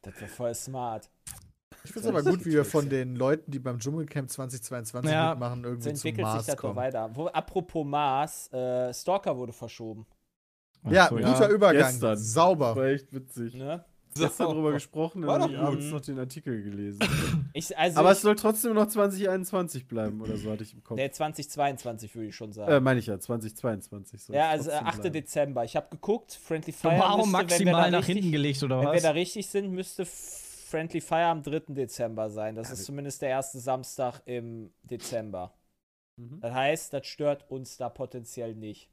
Das wäre voll smart. Ich finde es aber gut, wie wir von den Leuten, die beim Dschungelcamp 2022 Ja, mitmachen, So irgendwie zum entwickelt sich Mars das doch kommen. weiter. Wo, apropos Mars, äh, Stalker wurde verschoben. Ja, Ach so, guter Übergang. Ah, gestern. Sauber. War echt witzig. Ne? Gestern drüber gesprochen, War dann habe doch ich gut. abends noch den Artikel gelesen. Ich, also Aber ich, es soll trotzdem noch 2021 bleiben oder so hatte ich im Kopf. nee, 2022 würde ich schon sagen. Äh, meine ich ja, 2022. soll ja, es also äh, trotzdem 8. bleiben. Dezember. Ich habe geguckt, Friendly Fire müsste, Wow, wenn wir da maximal nach richtig, hinten gelegt, oder Wenn wir da was? richtig sind, müsste Friendly Fire am 3. Dezember sein. Das ist zumindest der erste Samstag im Dezember. Mhm. Das heißt, das stört uns da potenziell nicht.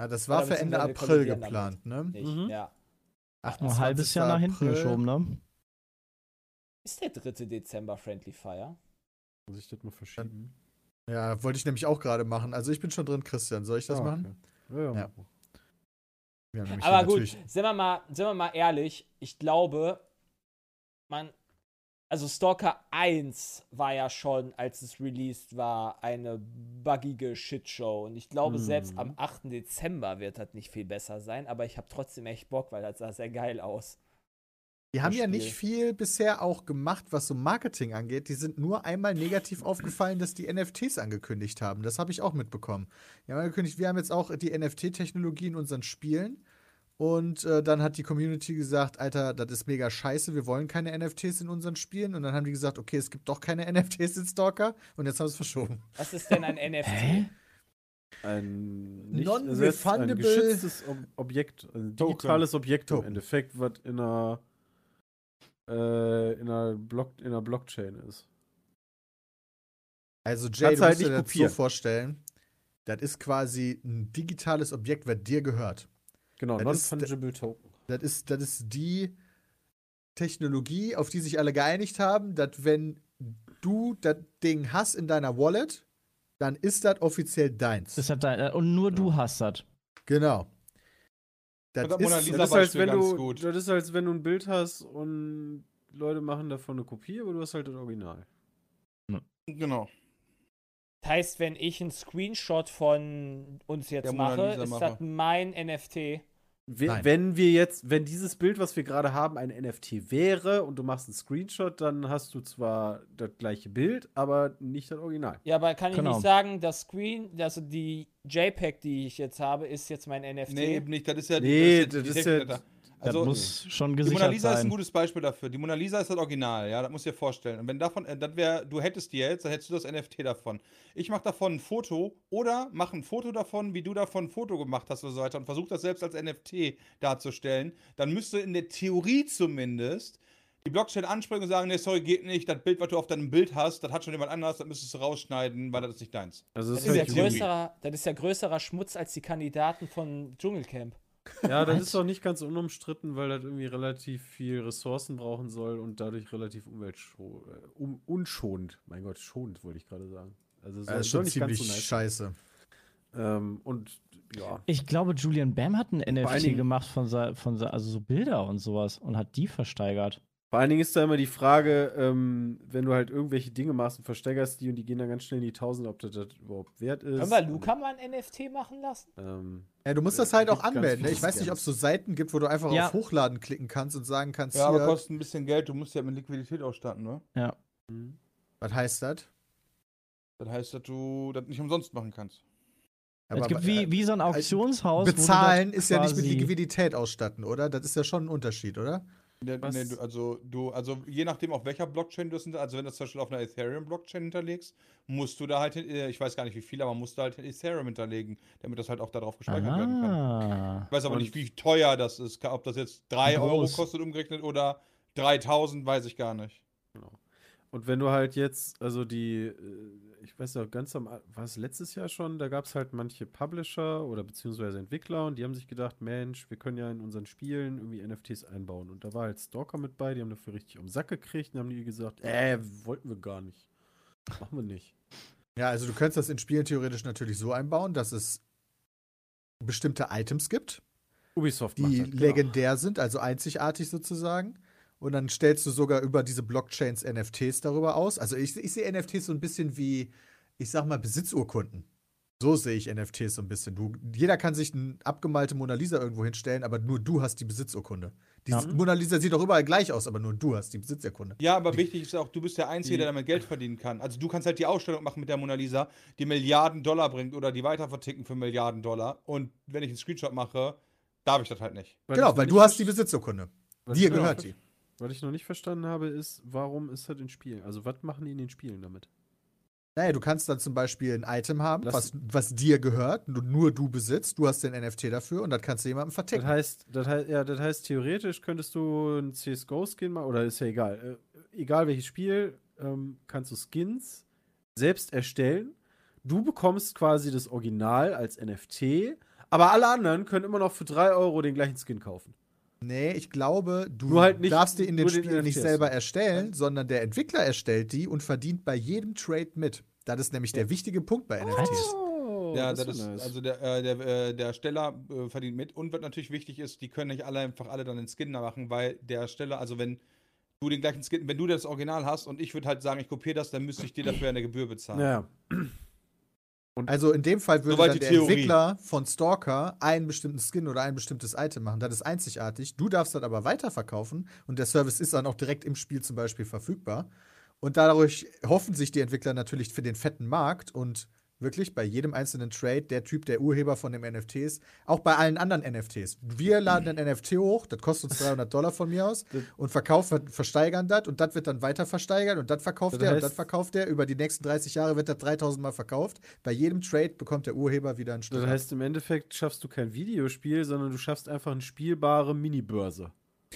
Ja, das war Oder für Ende beziehungsweise wir April kollidieren geplant, ne? nicht Mhm. ja. Nur ein halbes Jahr nach hinten 28. geschoben, ne? Ist der 3. Dezember Friendly Fire? Muss ich das mal Hm? verschieben? Ja, wollte ich nämlich auch gerade machen. Also ich bin schon drin, Christian. Soll ich das Ah, okay. machen? Ja, ja. Ja. Ja, nämlich Aber hier gut, natürlich- sind wir, mal, sind wir mal ehrlich, ich glaube, man. Also Stalker 1 war ja schon, als es released war, eine buggige Shitshow. Und ich glaube, selbst Mhm. am 8. Dezember wird das nicht viel besser sein, aber ich habe trotzdem echt Bock, weil das sah sehr geil aus. Die haben ja Spiel. nicht viel bisher auch gemacht, was so Marketing angeht. Die sind nur einmal negativ aufgefallen, dass die NFTs angekündigt haben. Das habe ich auch mitbekommen. Die haben angekündigt, wir haben jetzt auch die NFT-Technologie in unseren Spielen. Und äh, dann hat die Community gesagt, Alter, das ist mega scheiße, wir wollen keine NFTs in unseren Spielen. Und dann haben die gesagt, okay, es gibt doch keine NFTs in Stalker. Und jetzt haben sie es verschoben. Was ist denn ein NFT? Ein nicht Non-refundable- ersetzt, ein geschütztes Ob Objekt, ein Token. digitales Objekt im Token. Endeffekt, was in einer äh, in einer Block in einer Blockchain ist. Also Jay, Kannst du halt musst dir nicht das kopieren. so vorstellen, das ist quasi ein digitales Objekt, was dir gehört. Genau, Das ist- non-fungible Token. Das ist, das ist die Technologie, auf die sich alle geeinigt haben, dass wenn du das Ding hast in deiner Wallet, dann ist das offiziell deins. Das hat dein, und nur du hast das. genau. Das Hat der Mona Lisa- ist, Das Das ist, als Beispiel wenn ganz du, gut. das ist, als wenn du ein Bild hast und Leute machen davon eine Kopie, aber du hast halt das Original. Genau. Das heißt, wenn ich einen Screenshot von uns jetzt Der Mona mache, Lisa ist mache. das mein NFT. We- Nein. Wenn wir jetzt, wenn dieses Bild, was wir gerade haben, ein NFT wäre und du machst einen Screenshot, dann hast du zwar das gleiche Bild, aber nicht das Original. Ja, aber kann ich Genau. nicht sagen, das Screen, also die JPEG, die ich jetzt habe, ist jetzt mein NFT. Nee, eben nicht. Das ist ja Nee, das das ist ist ja. die ja- Technik dahinter. Das Also, muss schon die gesichert Mona Lisa ist sein. ein gutes Beispiel dafür. Die Mona Lisa ist das Original, ja, das musst du dir vorstellen. Und wenn davon, äh, das wäre, du hättest die jetzt, dann hättest du das NFT davon. Ich mache davon ein Foto oder mache ein Foto davon, wie du davon ein Foto gemacht hast und so weiter und versuche das selbst als NFT darzustellen. Dann müsste in der Theorie zumindest die Blockchain ansprechen und sagen, nee, sorry, geht nicht, das Bild, was du auf deinem Bild hast, das hat schon jemand anders, das müsstest du rausschneiden, weil das ist nicht deins. Also das Das ist, ja halt Juli. größerer, das ist ja größerer Schmutz als die Kandidaten von Dschungelcamp. Ja, das ist doch nicht ganz unumstritten, weil das irgendwie relativ viel Ressourcen brauchen soll und dadurch relativ umweltschonend, um, unschonend. Mein Gott, schonend wollte ich gerade sagen. Also soll, das ist soll schon nicht ganz ziemlich so nice. scheiße. Ähm, und ja, Ich glaube, Julian Bam hat ein allen NFT Dingen- gemacht von, se- von se- also so Bilder und sowas und hat die versteigert. vor allen Dingen ist da immer die Frage, ähm, wenn du halt irgendwelche Dinge machst und versteigerst die und die gehen dann ganz schnell in die Tausend, ob das, das überhaupt wert ist. Können wir Luca mal ein NFT machen lassen? Ähm, Ja, du musst das Äh, halt auch gibt ganz anmelden. ne? viele Ich weiß nicht, Scams. ob es so Seiten gibt, wo du einfach Ja. auf Hochladen klicken kannst und sagen kannst, Ja, aber hier, kostet ein bisschen Geld, du musst ja mit Liquidität ausstatten, ne? hm. was heißt das? Das heißt, dass du das nicht umsonst machen kannst. Aber es gibt wa- äh, wie, wie so ein Auktionshaus. wo du bezahlen das ist ja nicht mit quasi- Liquidität ausstatten, oder? Das ist ja schon ein Unterschied, oder? Ne, ne, du, also du, also je nachdem auf welcher Blockchain du es hinter, also wenn du das zum Beispiel auf einer Ethereum-Blockchain hinterlegst, musst du da halt, hin- äh, ich weiß gar nicht wie viel, aber musst du halt Ethereum hinterlegen, damit das halt auch darauf gespeichert werden kann. Ah. Ich weiß aber Und- nicht, wie teuer das ist, ob das jetzt 3 Euro Groß. kostet umgerechnet oder 3000, weiß ich gar nicht. Und wenn du halt jetzt, also die, äh, ich weiß ja, ganz am, A- war es letztes Jahr schon, da gab es halt manche Publisher oder beziehungsweise Entwickler und die haben sich gedacht, Mensch, wir können ja in unseren Spielen irgendwie NFTs einbauen. Und da war halt Stalker mit bei, die haben dafür richtig um Sack gekriegt und haben die gesagt, äh, wollten wir gar nicht. Machen wir nicht. Ja, also du könntest das in Spielen theoretisch natürlich so einbauen, dass es bestimmte Items gibt, Ubisoft macht die das, genau. legendär sind, also einzigartig sozusagen. Und dann stellst du sogar über diese Blockchains NFTs darüber aus. Also ich, ich sehe NFTs so ein bisschen wie, ich sag mal, Besitzurkunden. So sehe ich NFTs so ein bisschen. Du, jeder kann sich eine abgemalte Mona Lisa irgendwo hinstellen, aber nur du hast die Besitzurkunde. Die Ja. Mona Lisa sieht doch überall gleich aus, aber nur du hast die Besitzurkunde. Ja, aber wichtig ist auch, du bist der Einzige, der damit Geld verdienen kann. Also du kannst halt die Ausstellung machen mit der Mona Lisa, die Milliarden Dollar bringt oder die weiter verticken für Milliarden Dollar. Und wenn ich einen Screenshot mache, darf ich das halt nicht. genau, ich weil nicht du hast die verste- Besitzurkunde. was genau ich Dir noch- gehört die. Was ich noch nicht verstanden habe, ist, warum ist das in Spielen? Also, was machen die in den Spielen damit? Naja, du kannst dann zum Beispiel ein Item haben, Lass- was, was dir gehört, nur, nur du besitzt, du hast den NFT dafür und das kannst du jemandem Das verticken. heißt, das heißt, ja, das heißt, theoretisch könntest du ein CSGO-Skin machen, oder ist ja egal. Äh, egal welches Spiel, ähm, kannst du Skins selbst erstellen. Du bekommst quasi das Original als NFT, aber alle anderen können immer noch für 3 Euro den gleichen Skin kaufen. nee, ich glaube, du Nur halt nicht- darfst die in den nur den Spielen nicht NFTs. selber erstellen, sondern der Entwickler erstellt die und verdient bei jedem Trade mit. Das ist nämlich der wichtige Punkt bei NFTs. Oh, ja, das das, ist ist, ja nice. also der, äh, der, äh, der Steller äh, verdient mit. Und was natürlich wichtig ist, die können nicht alle einfach alle dann den Skin machen, weil der Steller, also wenn du den gleichen Skin, wenn du das Original hast und ich würde halt sagen, ich kopiere das, dann müsste ich dir dafür eine Gebühr bezahlen. ja. Also in dem Fall würde Soweit dann die der Theorie. Entwickler von Stalker einen bestimmten Skin oder ein bestimmtes Item machen. Das ist einzigartig. Du darfst das aber weiterverkaufen und der Service ist dann auch direkt im Spiel zum Beispiel verfügbar. Und dadurch hoffen sich die Entwickler natürlich für den fetten Markt und wirklich bei jedem einzelnen Trade der Typ, der Urheber von dem NFT ist, auch bei allen anderen NFTs. Wir laden ein NFT hoch, das kostet uns 300 Dollar von mir aus und verkaufen, versteigern das und das wird dann weiter versteigert und das verkauft Das der und heißt- das verkauft der. Über die nächsten 30 Jahre wird das 3000 Mal verkauft. Bei jedem Trade bekommt der Urheber wieder ein Stück. Das heißt, im Endeffekt schaffst du kein Videospiel, sondern du schaffst einfach eine spielbare Minibörse.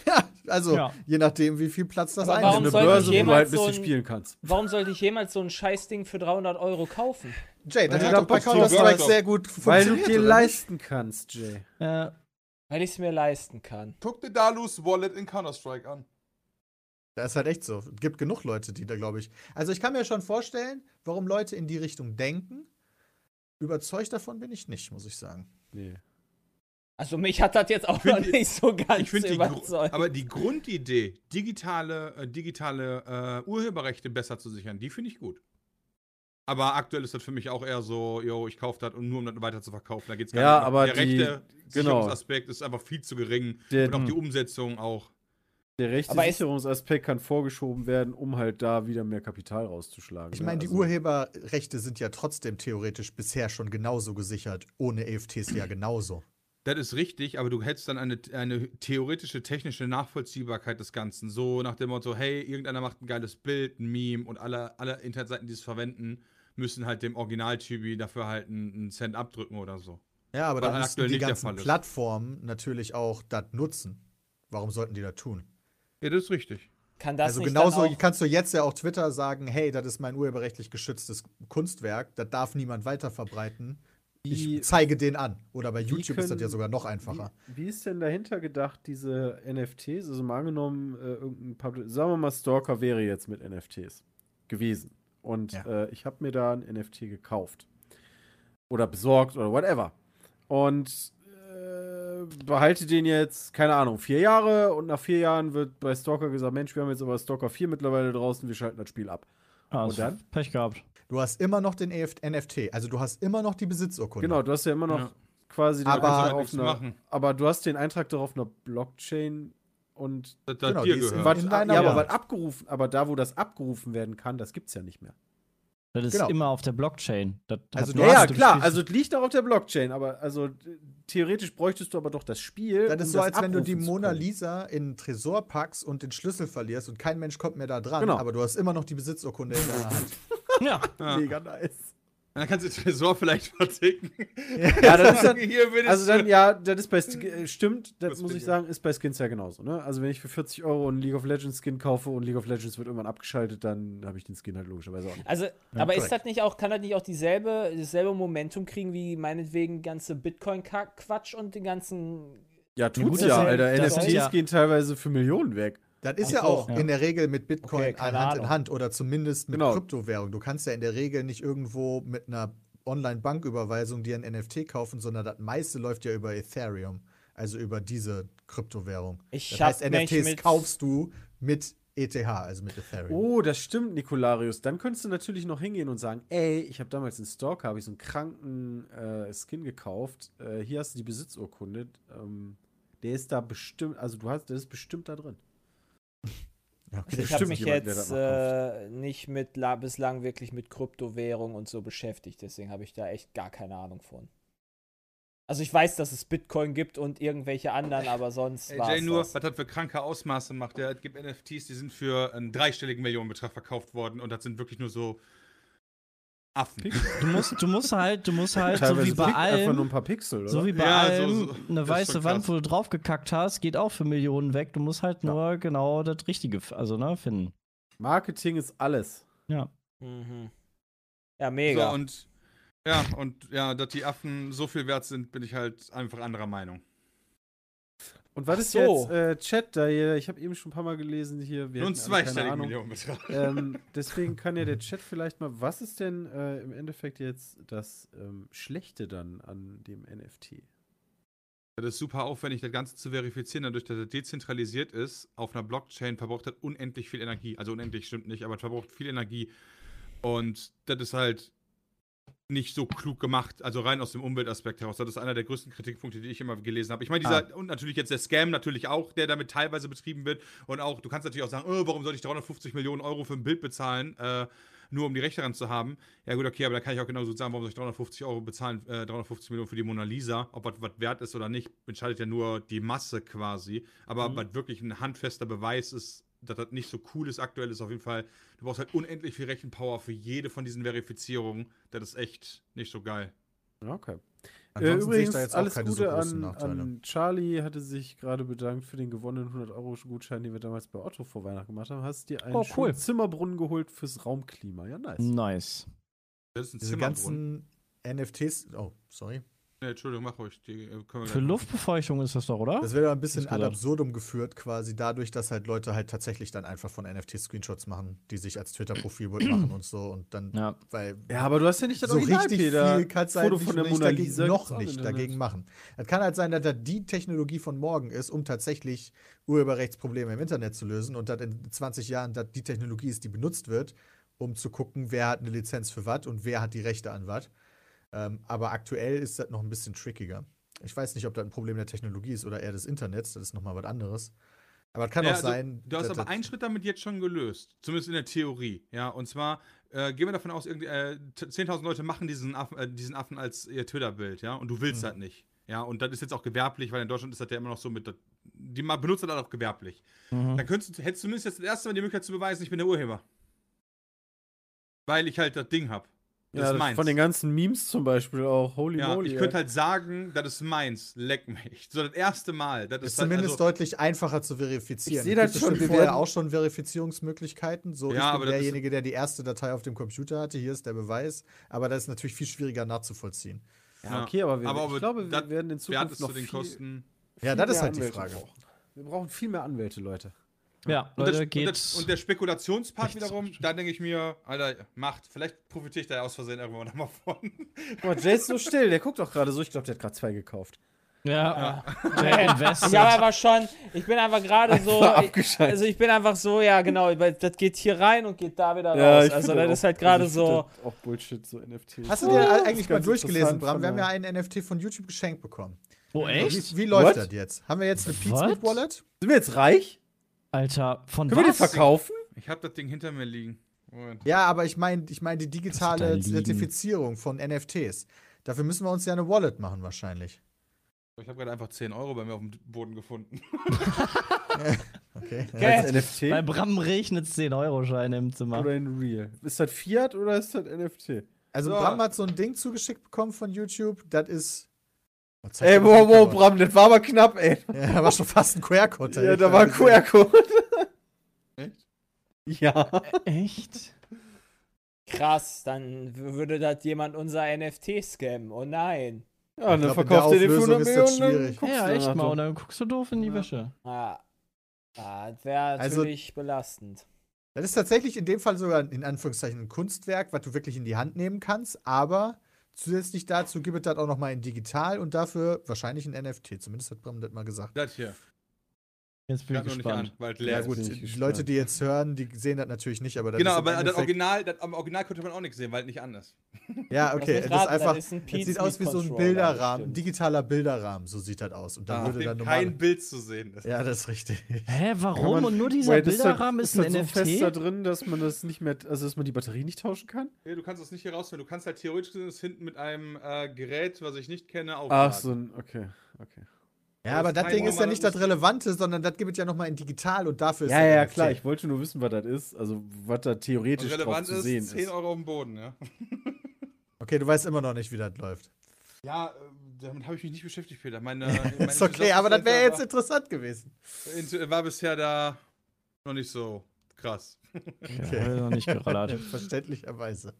ab. also Ja. je nachdem, wie viel Platz das Aber einnimmt. Warum eine sollte ich Börse, wo du halt jemals ein so bisschen ein- spielen kannst. Warum sollte ich jemals so ein Scheißding für 300 Euro kaufen? Jay, Weil du das hat doch bei da Bock drauf Counter-Strike hast. sehr gut Weil du funktioniert. dir oder nicht? leisten kannst, Jay. Äh, Weil ich es mir leisten kann. Guck dir Dalus Wallet in Counter-Strike an. Das ist halt echt so. Es gibt genug Leute, die da, glaube ich. Also ich kann mir schon vorstellen, warum Leute in die Richtung denken. Überzeugt davon bin ich nicht, muss ich sagen. Nee. Also mich hat das jetzt auch noch find die- nicht so Ich ganz finde die, Gru- überzeugt. aber die Grundidee, digitale, äh, digitale äh, Urheberrechte besser zu sichern, die finde ich gut. Aber aktuell ist das für mich auch eher so, yo, ich kaufe das und nur um das weiter zu verkaufen. Da geht's gar Ja, nicht. aber der die- rechte genau. Sicherungsaspekt ist einfach viel zu gering Der, und auch die Umsetzung auch. der rechte Aber ist- Sicherungsaspekt kann vorgeschoben werden, um halt da wieder mehr Kapital rauszuschlagen. Ich ne? meine, die Also- Urheberrechte sind ja trotzdem theoretisch bisher schon genauso gesichert, ohne EFTs ja genauso. Das ist richtig, aber du hättest dann eine, eine theoretische, technische Nachvollziehbarkeit des Ganzen. So nach dem Motto, hey, irgendeiner macht ein geiles Bild, ein Meme und alle, alle Internetseiten, die es verwenden, müssen halt dem Original-Typi dafür halt einen, einen Cent abdrücken oder so. Ja, aber Was dann müssten aktuell die nicht der ganzen Fall ist. Plattformen natürlich auch das nutzen. Warum sollten die das tun? Ja, das ist richtig. Kann das also nicht genauso dann auch, kannst du jetzt ja auch Twitter sagen, hey, das ist mein urheberrechtlich geschütztes Kunstwerk, das darf niemand weiterverbreiten. Wie- Ich zeige den an. Oder bei wie YouTube ist das ja können- sogar noch einfacher. Wie, wie ist denn dahinter gedacht, diese NFTs? Also mal angenommen, äh, irgendein Public sagen wir mal, Stalker wäre jetzt mit NFTs gewesen. Und Ja. äh, ich habe mir da ein NFT gekauft. Oder besorgt oder whatever. Und äh, behalte den jetzt, keine Ahnung, vier Jahre und nach vier Jahren wird bei Stalker gesagt, Mensch, wir haben jetzt aber Stalker 4 mittlerweile draußen, wir schalten das Spiel ab. ah, Und dann? Pech gehabt. Du hast immer noch den EF NFT, also du hast immer noch die Besitzurkunde. Genau, du hast ja immer noch Ja. quasi den Aber- Eintrag Kannst du halt nichts auf einer, machen. aber du hast den Eintrag darauf einer Blockchain und Das, das Genau, dir die ist gehört. im- Was, in ja, deiner aber Hand. was abgerufen, aber da, wo das abgerufen werden kann, das gibt's ja nicht mehr. Das ist Genau. immer auf der Blockchain. Das Also hat- du ja, ja, hast- klar. spielst- Also es liegt auch auf der Blockchain, aber also äh, theoretisch bräuchtest du aber doch das Spiel. Das um ist so, als wenn du die abrufen zu Mona können. Lisa in einen Tresor packst und den Schlüssel verlierst und kein Mensch kommt mehr da dran, Genau. aber du hast immer noch die Besitzurkunde in der Hand. ja. Ja. Mega nice. Dann kannst du den Tresor vielleicht verticken. Ja, das ist dann, Hier bin ich also dann, ja, das ist bei, Sk- äh, stimmt, das Kurz muss ich pinkeln. sagen, ist bei Skins ja genauso, ne? Also wenn ich für 40 Euro einen League of Legends Skin kaufe und League of Legends wird irgendwann abgeschaltet, dann habe ich den Skin halt logischerweise auch nicht. Also, aber ist korrekt. das nicht auch, kann das nicht auch dieselbe, dasselbe Momentum kriegen wie meinetwegen ganze Bitcoin-Quatsch und den ganzen. Ja, tut's gut, ja, das- Alter. das- NFTs ja. gehen teilweise für Millionen weg. Das ist Ach ja so, auch ja. in der Regel mit Bitcoin Okay, keine Hand in Ahnung. Hand oder zumindest mit Genau. Kryptowährung. Du kannst ja in der Regel nicht irgendwo mit einer Online-Banküberweisung dir ein NFT kaufen, sondern das meiste läuft ja über Ethereum, also über diese Kryptowährung. Ich das hab heißt, mich NFTs mit- kaufst du mit ETH, also mit Ethereum. Oh, das stimmt, Nikolarius. Dann könntest du natürlich noch hingehen und sagen, ey, ich habe damals in Stalker, habe ich so einen kranken äh, Skin gekauft. Äh, hier hast du die Besitzurkunde. Ähm, der ist da bestimmt, also du hast, der ist bestimmt da drin. Also ich habe Bestimmt mich jemand, der das jetzt noch kauft. äh, nicht mit la- bislang wirklich mit Kryptowährung und so beschäftigt, deswegen habe ich da echt gar keine Ahnung von. Also ich weiß, dass es Bitcoin gibt und irgendwelche anderen, aber sonst war AJ nur, es. was hat für kranke Ausmaße macht. Er gibt NFTs, die sind für einen dreistelligen Millionenbetrag verkauft worden und das sind wirklich nur so Affen. Du musst, du musst halt, du musst halt, so wie Teilweise bei kriegt einfach nur ein allem, paar Pixel, oder? so wie bei Ja, so- allem, so- das eine ist weiße schon Wand, krass. wo du drauf gekackt hast, geht auch für Millionen weg. Du musst halt Ja. nur genau das Richtige, f- also ne, finden. Marketing ist alles. Mhm. Ja, So, mega. und ja, und ja, dass die Affen so viel wert sind, bin ich halt einfach anderer Meinung. Und was Ach ist so. jetzt äh, Chat da hier? Ich habe eben schon ein paar Mal gelesen hier. Wir Nur einen hätten alle keine zweistelligen Ahnung. Millionenbetrag. ähm, deswegen kann ja der Chat vielleicht mal, was ist denn äh, im Endeffekt jetzt das ähm, Schlechte dann an dem NFT? Das ist super aufwendig, das Ganze zu verifizieren, dadurch, dass es dezentralisiert ist, auf einer Blockchain verbraucht das unendlich viel Energie. Also unendlich stimmt nicht, aber es verbraucht viel Energie. Und das ist halt nicht so klug gemacht, also rein aus dem Umweltaspekt heraus. Das ist einer der größten Kritikpunkte, die ich immer gelesen habe. Ich meine, dieser, und natürlich jetzt der Scam natürlich auch, der damit teilweise betrieben wird. Und auch, du kannst natürlich auch sagen, äh, warum soll ich 350 Millionen Euro für ein Bild bezahlen, äh, nur um die Rechte daran zu haben. Ja gut, okay, aber da kann ich auch genauso sagen, warum soll ich 350 Euro bezahlen, äh, 350 Millionen für die Mona Lisa, ob was was wert ist oder nicht, entscheidet ja nur die Masse quasi. Aber Mhm. was wirklich ein handfester Beweis ist, dass das nicht so cool ist aktuell, ist auf jeden Fall, du brauchst halt unendlich viel Rechenpower für jede von diesen Verifizierungen. Das ist echt nicht so geil. Ja, Okay. Äh, Ansonsten sehe ich übrigens, da jetzt auch alles keine so Gute großen an, Nachteile. an Charlie, hatte sich gerade bedankt für den gewonnenen 100-Euro-Gutschein, den wir damals bei Otto vor Weihnachten gemacht haben. Hast dir einen Oh, schönen cool. Zimmerbrunnen geholt fürs Raumklima. Ja, nice. Hm. Nice. Das ist ein Diese Zimmerbrunnen. ganzen NFTs, oh, sorry. Nee, Entschuldigung, mach ruhig. Die, äh, können wir Für gleich machen. Luftbefeuchtung ist das doch, oder? Das wird aber ein bisschen Ist gut ad ab. absurdum geführt, quasi dadurch, dass halt Leute halt tatsächlich dann einfach von NFT-Screenshots machen, die sich als Twitter-Profilbild machen und so und dann, ja. weil Ja, aber du hast ja nicht das so Original, richtig Peter. viel kannst du halt Foto nicht, von der nicht Mona dagegen, Lisa gibt's auch noch ne? im nicht Internet. dagegen machen. Das kann halt sein, dass das die Technologie von morgen ist, um tatsächlich Urheberrechtsprobleme im Internet zu lösen und dass in 20 Jahren das die Technologie ist, die benutzt wird, um zu gucken, wer hat eine Lizenz für was und wer hat die Rechte an was. Ähm, aber aktuell ist das noch ein bisschen trickiger. Ich weiß nicht, ob das ein Problem der Technologie ist oder eher des Internets, das ist nochmal was anderes. Aber es kann Ja, auch also, sein, Du hast dass aber das- einen Schritt damit jetzt schon gelöst. Zumindest in der Theorie. Ja, und zwar äh, gehen wir davon aus, irgendwie, äh, t- 10.000 Leute machen diesen Affen, äh, diesen Affen als ihr Twitter-Bild. Ja, und du Mhm. willst das nicht. Ja, und das ist jetzt auch gewerblich, weil in Deutschland ist das ja immer noch so mit. Die ma- benutzt das auch gewerblich. Mhm. Dann könntest, du- hättest du zumindest jetzt das erste Mal die Möglichkeit zu beweisen, ich bin der Urheber. Weil ich halt das Ding hab. Das Ja, ist das meins. von den ganzen Memes zum Beispiel auch. Holy ja, moly. ich ey. könnte halt sagen, das ist meins, leck mich. So das erste Mal. Das ist ist zumindest halt, also, deutlich einfacher zu verifizieren. Ich seh das Gibt es schon, denn wir vorher werden- auch schon Verifizierungsmöglichkeiten. So, Ja, ich aber bin das ist- derjenige, der die erste Datei auf dem Computer hatte. Hier ist der Beweis. Aber das ist natürlich viel schwieriger nachzuvollziehen. ja, okay, aber, wir, Aber ob ich glaube, das wir werden in wert Zukunft ist zu noch den viel, Kosten. Ja, viel das ist mehr halt die Anwälte Frage. Brauchen. Wir brauchen viel mehr Anwälte, Leute. Ja, Und, Leute, der, und, geht. der, und der Spekulationspart Rechts wiederum, da denke ich mir, Alter, macht. Vielleicht profitiere ich da ja aus Versehen irgendwann nochmal von. Boah, Jay ist so still, der guckt doch gerade so. Ich glaube, der hat gerade zwei gekauft. ja, der Ich habe Investor. einfach schon, ich bin einfach gerade so, abgeschaltet. also ich bin einfach so, ja genau, weil das geht hier rein und geht da wieder Ja, raus. ich Also find das auch- ist halt also gerade ich so, find das Auch Bullshit, so NFTs. Hast du Oh, dir das ist eigentlich mal ganz durchgelesen, interessant Bram? von Wir haben ja der- einen NFT von YouTube geschenkt bekommen. Oh, echt? Wie, wie What? läuft das jetzt? Haben wir jetzt eine What? Pizza Wallet? Sind wir jetzt reich? Alter, von Können wir den was? verkaufen? Ich habe das Ding hinter mir liegen. Moment. Ja, aber ich meine ich mein die da digitale liegen? Zertifizierung von NFTs. Dafür müssen wir uns ja eine Wallet machen wahrscheinlich. Ich habe gerade einfach 10 Euro bei mir auf dem Boden gefunden. Okay. Okay. Als NFT Bei Bram regnet 10-Euro-Scheine im Zimmer. oder in Real? Ist das Fiat oder ist das NFT? Also So. Bram hat so ein Ding zugeschickt bekommen von YouTube. Das ist. Oh, zeig Ey, doch wow, mal wow, die Kamera. Bram, das war aber knapp, ey. Ja, da war schon fast ein QR-Code. Ja, da war ein QR-Code. Echt? Ja. Echt? Krass, dann w- würde das jemand unser NFT scammen. Oh nein. Ja, und glaub, dann in verkaufst du der den für eine Auflösung ist das Million. Dann schwierig. guckst ja, du echt danach mal. noch. Und dann guckst du doof in die Wäsche. Ah, ah, das wäre Also- natürlich belastend. Das ist tatsächlich in dem Fall sogar ein- in Anführungszeichen ein Kunstwerk, was du wirklich in die Hand nehmen kannst, aber zusätzlich dazu gibt es das auch nochmal in digital und dafür wahrscheinlich ein NFT. Zumindest hat Bram das mal gesagt. Das hier. Jetzt bin ich Gerade noch nicht an, gespannt. weil es Ja, leer ist. gut, bin ich die gespannt. Leute, die jetzt hören, die sehen das natürlich nicht, aber das Genau, ist im aber das Endeffekt- Original, das, am Original konnte man auch nichts sehen, weil es nicht an ist. Ja, Lass okay, mich das ist raten, einfach, ist ein das sieht aus wie so ein Pizza-Controller, Bilderrahmen, ein bestimmt. digitaler Bilderrahmen, so sieht das aus. Und dann Auf würde Ah, dem dann kein normal. Bild zu sehen ist. Ja, das ist richtig. Hä, Kann warum? man- Und nur dieser Wait, Bilderrahmen ist, das ein so NFT? fest da drin, dass man das nicht mehr, also dass man die Batterie nicht tauschen kann? Nee, du kannst das nicht hier rausfinden. Du kannst halt theoretisch gesehen das hinten mit einem äh, Gerät, was ich nicht kenne, aufladen. Ach so, ein- okay, okay. Ja, aber das kein Ding ist ja normales nicht das System. Relevante, sondern das gibt es ja nochmal in digital und dafür ist Ja, das ja, NFT. klar. Ich wollte nur wissen, was das ist, also was da Und theoretisch drauf relevant zu sehen ist, ist. 10 Euro auf dem Boden, ja. Okay, du weißt immer noch nicht, wie das läuft. Ja, äh, damit habe ich mich nicht beschäftigt, Peter. Meine, mein Ist okay, aber das wäre jetzt Enthusiasmus interessant gewesen. war- Int- war bisher da noch nicht so krass. Ja, hab ich noch nicht gerallert. Verständlicherweise.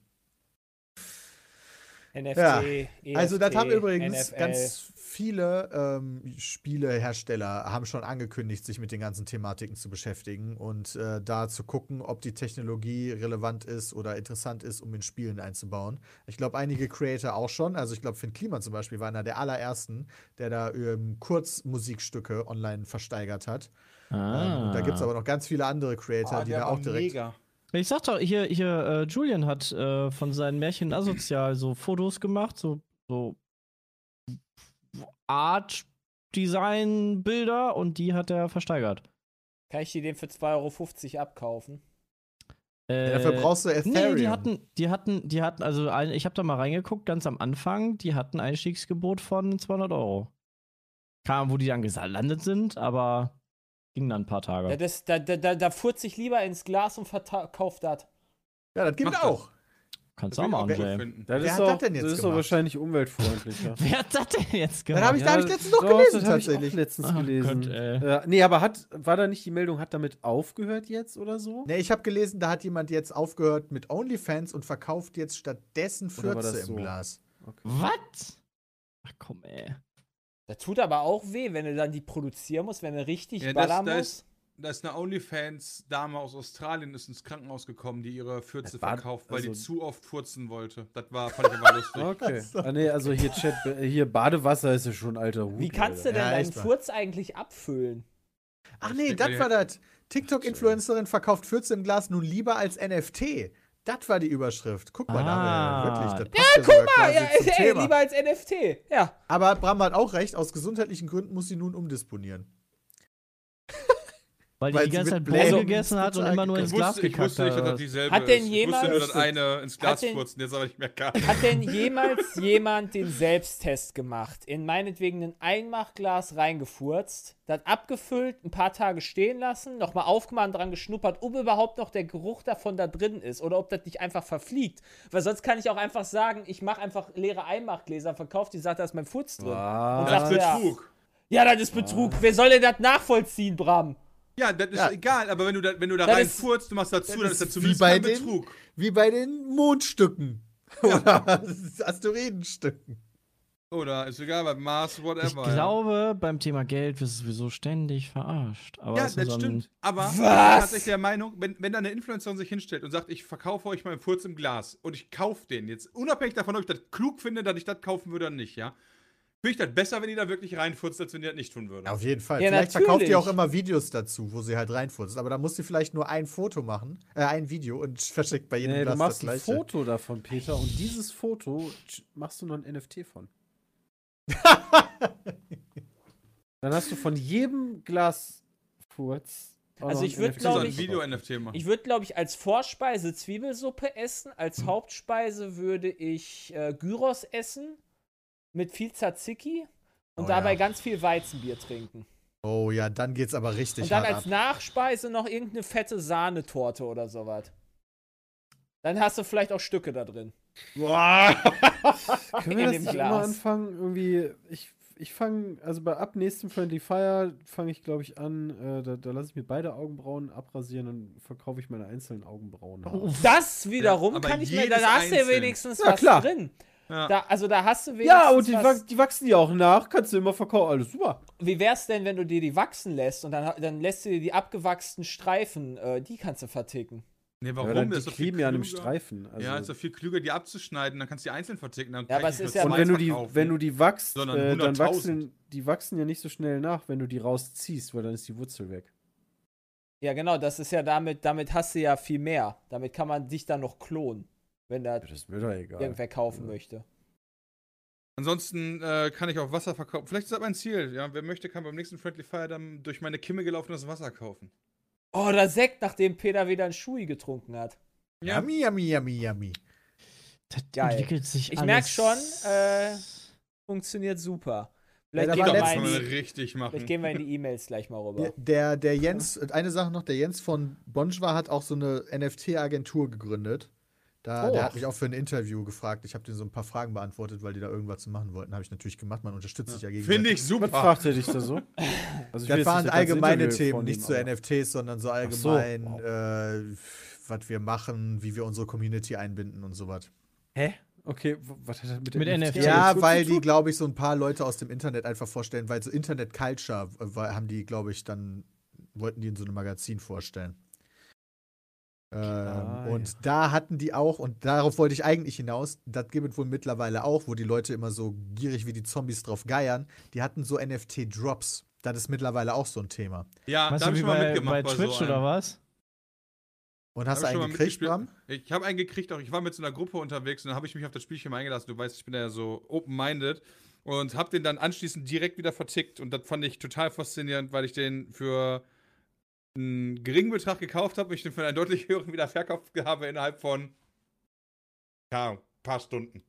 NFT, Ja. EFT, also, das haben übrigens NFL. ganz viele ähm, Spielehersteller haben schon angekündigt, sich mit den ganzen Thematiken zu beschäftigen und äh, da zu gucken, ob die Technologie relevant ist oder interessant ist, um in Spielen einzubauen. Ich glaube, einige Creator auch schon. Also, ich glaube, Finn Kliman zum Beispiel war einer der allerersten, der da ähm, Kurzmusikstücke online versteigert hat. Ah. Ähm, und da gibt es aber noch ganz viele andere Creator, die da auch direkt. Ah, Mega. Ich sag doch, hier, hier äh, Julian hat äh, von seinen Märchen asozial so Fotos gemacht, so, so Art Design Bilder und die hat er versteigert. Kann ich die dem für 2,50 Euro abkaufen? Äh, Ja, dafür brauchst du Ethereum. Nee, die hatten, die hatten, die hatten, also ein, ich habe da mal reingeguckt, ganz am Anfang, die hatten ein Einstiegsgebot von 200 Euro. Kam, wo die dann gelandet sind, aber ging dann ein paar Tage. Das, da, da, da, da furze ich lieber ins Glas und verkauft das. ja, das gibt Mach auch. Kannst du auch machen, gut Jay. finden. Das Wer ist hat auch, das denn jetzt das ist doch gemacht? wahrscheinlich umweltfreundlicher. Wer hat das denn jetzt Dann Genau. gemacht? habe ich, da hab ich Ja, letztens noch doch, gelesen, das hab ich Ah, auch tatsächlich. letztens Ach gelesen. Gott, ey. äh, nee, aber hat, war da nicht die Meldung, hat damit aufgehört jetzt oder so? Ne, ich habe gelesen, da hat jemand jetzt aufgehört mit OnlyFans und verkauft jetzt stattdessen Oder war Fürze das im so? Glas. Was? Ach komm, ey. Das tut aber auch weh, wenn du dann die produzieren musst, wenn du richtig Ja, das- ballern da musst. ist- Da ist eine OnlyFans-Dame aus Australien ist ins Krankenhaus gekommen, die ihre Fürze Das war- verkauft, weil die also- zu oft furzen wollte. Das war, fand ich aber lustig. Okay. Ah, nee, also hier Chat, äh, hier Badewasser ist ja schon ein alter Hut. Wie kannst du Alter. denn Ja, deinen echt wahr. Furz eigentlich abfüllen? Ach Ich nee, denk das mal, die war das. TikTok-Influencerin verkauft Fürze im Glas nun lieber als NFT. Das war die Überschrift. Guck mal, da haben Ah. wir wirklich. Das passt ja, guck Ah, ja, ey, lieber als NFT. Ja. Aber Bram hat auch recht, aus gesundheitlichen Gründen muss sie nun umdisponieren. Weil, Weil die sie die ganze mit Zeit Bläser Bohnen und gegessen hat und Pizza immer nur Ich ins Glas wusste, ich gekackt wusste nicht, dass das hat. dieselbe Hat denn ist. jemand- ich wusste nur, dass eine ins Glas Hat denn- furzen, jetzt aber nicht mehr kann. Hat denn jemals jemand den Selbsttest gemacht, in meinetwegen ein Einmachglas reingefurzt, das abgefüllt, ein paar Tage stehen lassen, nochmal aufgemacht, und dran geschnuppert, ob überhaupt noch der Geruch davon da drin ist oder ob das nicht einfach verfliegt? Weil sonst kann ich auch einfach sagen, ich mache einfach leere Einmachgläser, verkaufe die, sagt, da ist mein Furz drin. Ah, Und Das sagt ist er, Betrug. Ja, das ist Betrug. Wer soll denn das nachvollziehen, Bram? Ja, das ist Ja. egal, aber wenn du da, wenn du da Das rein ist- furzt, du machst dazu, dann ist das ist zumindest wie bei kein den- Betrug. Wie bei den Mondstücken. Oder Asteroidenstücken. Oder ist egal, bei Mars, whatever. Ich glaube, beim Thema Geld wirst du sowieso ständig verarscht. Aber Ja, es das ist so ein- stimmt. Aber ich bin tatsächlich der Meinung, wenn, wenn da eine Influencerin sich hinstellt und sagt, ich verkaufe euch meinen Furz im Glas und ich kaufe den jetzt, unabhängig davon, ob ich das klug finde, dass ich das kaufen würde oder nicht, ja, finde ich das besser, wenn die da wirklich reinfurzt, als wenn die das nicht tun würde. Auf jeden Fall. Ja, vielleicht verkauft natürlich. ihr auch immer Videos dazu, wo sie halt reinfurzt. Aber da muss sie vielleicht nur ein Foto machen, äh, ein Video und verschickt bei jedem nee, Äh, du Glas das machst ein gleiche. Foto davon, Peter, und dieses Foto sch- machst du noch ein NFT von. Dann hast du von jedem Glasfurz auch Also noch ich ein würd, NFT Kannst du glaub ein ich- Video-NFT machen? Ich würde, glaube ich, als Vorspeise Zwiebelsuppe essen. Als Hauptspeise würde ich äh, Gyros essen mit viel Tzatziki und Oh dabei ja. ganz viel Weizenbier trinken. Oh ja, dann geht's aber richtig und dann hart als ab. Nachspeise noch irgendeine fette Sahnetorte oder sowas. Dann hast du vielleicht auch Stücke da drin. in Können wir das dem nicht Glas. immer anfangen? Irgendwie, ich, ich fange, also bei ab nächstem Friendly Fire fange ich, glaube ich, an, äh, da, da lasse ich mir beide Augenbrauen abrasieren und verkaufe ich meine einzelnen Augenbrauen. Oh, Das wiederum Ja, aber kann ich mir, da jedes hast du ja einzeln. wenigstens Ja, was klar. drin. Ja. Da, also da hast du wenigstens Ja, und die, was. wach- die wachsen ja auch nach, kannst du immer verkaufen, alles super. Wie wär's denn, wenn du dir die wachsen lässt und dann, dann lässt du dir die abgewachsenen Streifen, äh, die kannst du verticken. Nee, Ja, dann, warum? die ist doch viel kleben ja an einem klüger. Streifen. Also. ja, ist doch viel klüger, die abzuschneiden, dann kannst du die einzeln verticken. Dann Ja, aber kann ich es nicht ist nur ja- und zwei wenn du, die, verkaufen. wenn du die wachst, Sondern äh, dann 100.000. wachsen die wachsen ja nicht so schnell nach, wenn du die rausziehst, weil dann ist die Wurzel weg. Ja, genau, das ist ja damit, damit hast du ja viel mehr. Damit kann man dich dann noch klonen, wenn da Ja, das ist mir doch egal. irgendwer kaufen Ja. möchte. Ansonsten äh, kann ich auch Wasser verkaufen. Vielleicht ist das mein Ziel. Ja, wer möchte, kann beim nächsten Friendly Fire dann durch meine Kimme gelaufenes Wasser kaufen. Oh, der Sekt, nachdem Peter wieder einen Schui getrunken hat. Ja. Yummy, yummy, yummy, yummy. Das Geil. entwickelt sich Ich alles. merk schon, äh, Funktioniert super. Vielleicht, Ja, da gehen, war wir mal das kann in man letztens- die, richtig machen. vielleicht gehen wir in die E-Mails gleich mal rüber. Der- Der, der Jens, eine Sache noch, der Jens von Bonjwa hat auch so eine NFT-Agentur gegründet. Da, Oh. Der hat mich auch für ein Interview gefragt. Ich habe den so ein paar Fragen beantwortet, weil die da irgendwas zu machen wollten. Habe ich natürlich gemacht. Man unterstützt sich ja gegenseitig. Finde ich Was super. fragt er dich da so? Also ich will Das jetzt waren nicht ganze allgemeine Interview Themen, vornehmen, nicht zu aber- NFTs, sondern so Ach so. allgemein, äh, was wir machen, wie wir unsere Community einbinden und sowas. Hä? Okay, w- was hat das mit, Mit NFT? zu Ja, tun? weil die, glaube ich, so ein paar Leute aus dem Internet einfach vorstellen, weil so Internet-Culture äh, war- haben die, glaube ich, dann wollten die in so einem Magazin vorstellen. Ah, Ähm, und da hatten die auch, und darauf wollte ich eigentlich hinaus, das gibt es wohl mittlerweile auch, wo die Leute immer so gierig wie die Zombies drauf geiern, die hatten so NFT-Drops. Das ist mittlerweile auch so ein Thema. Ja, Weißt da du, habe wie ich mal bei, mitgemacht. bei Twitch so einem. oder was? Und hast du Hab ich schon einen mal gekriegt, mitgespielt. Bram? Ich habe einen gekriegt, auch ich war mit so einer Gruppe unterwegs und dann habe ich mich auf das Spielchen eingelassen. Du weißt, ich bin da ja so open-minded und habe den dann anschließend direkt wieder vertickt und das fand ich total faszinierend, weil ich den für einen geringen Betrag gekauft habe und ich den für einen deutlich höheren wieder verkauft habe innerhalb von keine Ahnung, paar Stunden.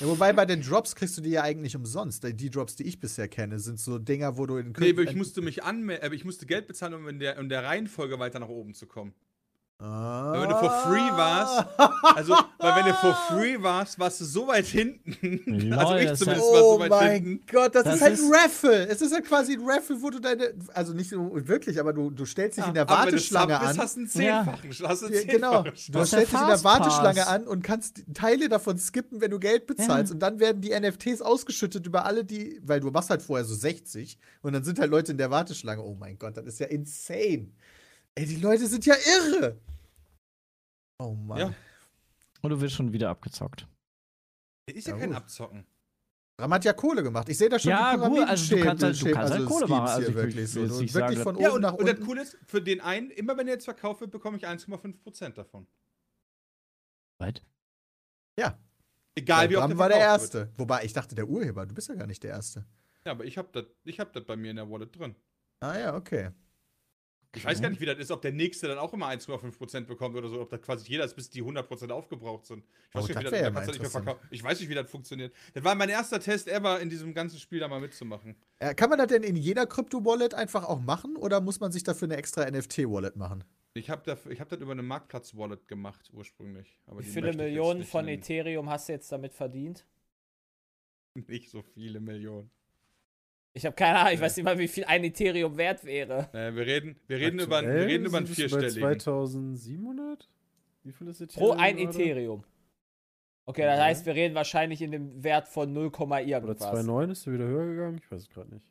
Ja, wobei bei den Drops kriegst du die ja eigentlich umsonst. Die Drops, die ich bisher kenne, sind so Dinger, wo du in Nee, aber ich musste mich anmelden, ich musste Geld bezahlen, um in der, in der Reihenfolge weiter nach oben zu kommen. Ah. Wenn du for free warst, Also, weil wenn du for free warst, warst du so weit hinten. Lol, also ich das ist ja- zumindest war Oh so weit mein hinten. Gott, das, Das ist halt ist- ein Raffle. Es ist halt quasi ein Raffle, wo du deine, also nicht so wirklich, aber du, du stellst dich in der Ah, Aber wenn du Warteschlange Sub bist, an. hast du einen zehnfachen. Hast du einen Ja, zehnfachen. genau. Du ist der stellst dich in der Fastpass. Warteschlange an und kannst Teile davon skippen, wenn du Geld bezahlst. Und dann werden die NFTs ausgeschüttet über alle, die, weil du machst halt vorher so 60 und dann sind halt Leute in der Warteschlange. Oh mein Gott, das ist ja insane. Ey, die Leute sind ja irre. Oh Mann. Ja. Und du wirst schon wieder abgezockt. Das ist ja, Ja, kein gut. Abzocken. Ram hat ja Kohle gemacht. Ich sehe da schon Ja, die gut, also du kannst halt- du Pyramiden-Schäden- kannst halt also Kohle machen. Schemes Also hier ich will- wirklich so. will jetzt Du- nicht Wirklich sagen, von oben Ja, und, nach und das unten. Coole ist, für den einen, immer wenn er jetzt verkauft wird, bekomme ich 1,5% davon. Weit. Egal wie Weil oft Bram war der verkauft Erste. Wobei, ich dachte, der Urheber. Du bist ja gar nicht der Erste. Wird. Ja, aber ich habe das ich hab das bei mir in der Wallet drin. Ah ja, okay. Ich Mhm. weiß gar nicht, wie das ist, ob der Nächste dann auch immer 1,5% bekommt oder so, ob das quasi jeder ist, bis die 100% aufgebraucht sind. Ich weiß Oh, nicht, das wie das, wär ja da mal kannst du nicht mehr interessant. verkaufen. Ich weiß nicht, wie das funktioniert. Das war mein erster Test ever, in diesem ganzen Spiel da mal mitzumachen. Äh, Kann man das denn in jeder Krypto-Wallet einfach auch machen oder muss man sich dafür eine extra NFT-Wallet machen? Ich habe das, hab das über eine Marktplatz-Wallet gemacht ursprünglich. Aber Wie die viele möchte ich jetzt Millionen nicht von E nennen. Ethereum hast du jetzt damit verdient? Nicht so viele Millionen. Ich habe keine Ahnung, ich Ja. weiß nicht mal, wie viel ein Ethereum wert wäre. Naja, wir reden, wir reden, über, einen- Aktuell wir reden über einen sind es bei vierstelligen. 2700? Wie viel ist Ethereum? Pro ein gerade? Ethereum. Okay, das Ja. heißt, wir reden wahrscheinlich in dem Wert von 0, Oder irgendwas. 2,9 ist er wieder höher gegangen? Ich weiß es gerade nicht.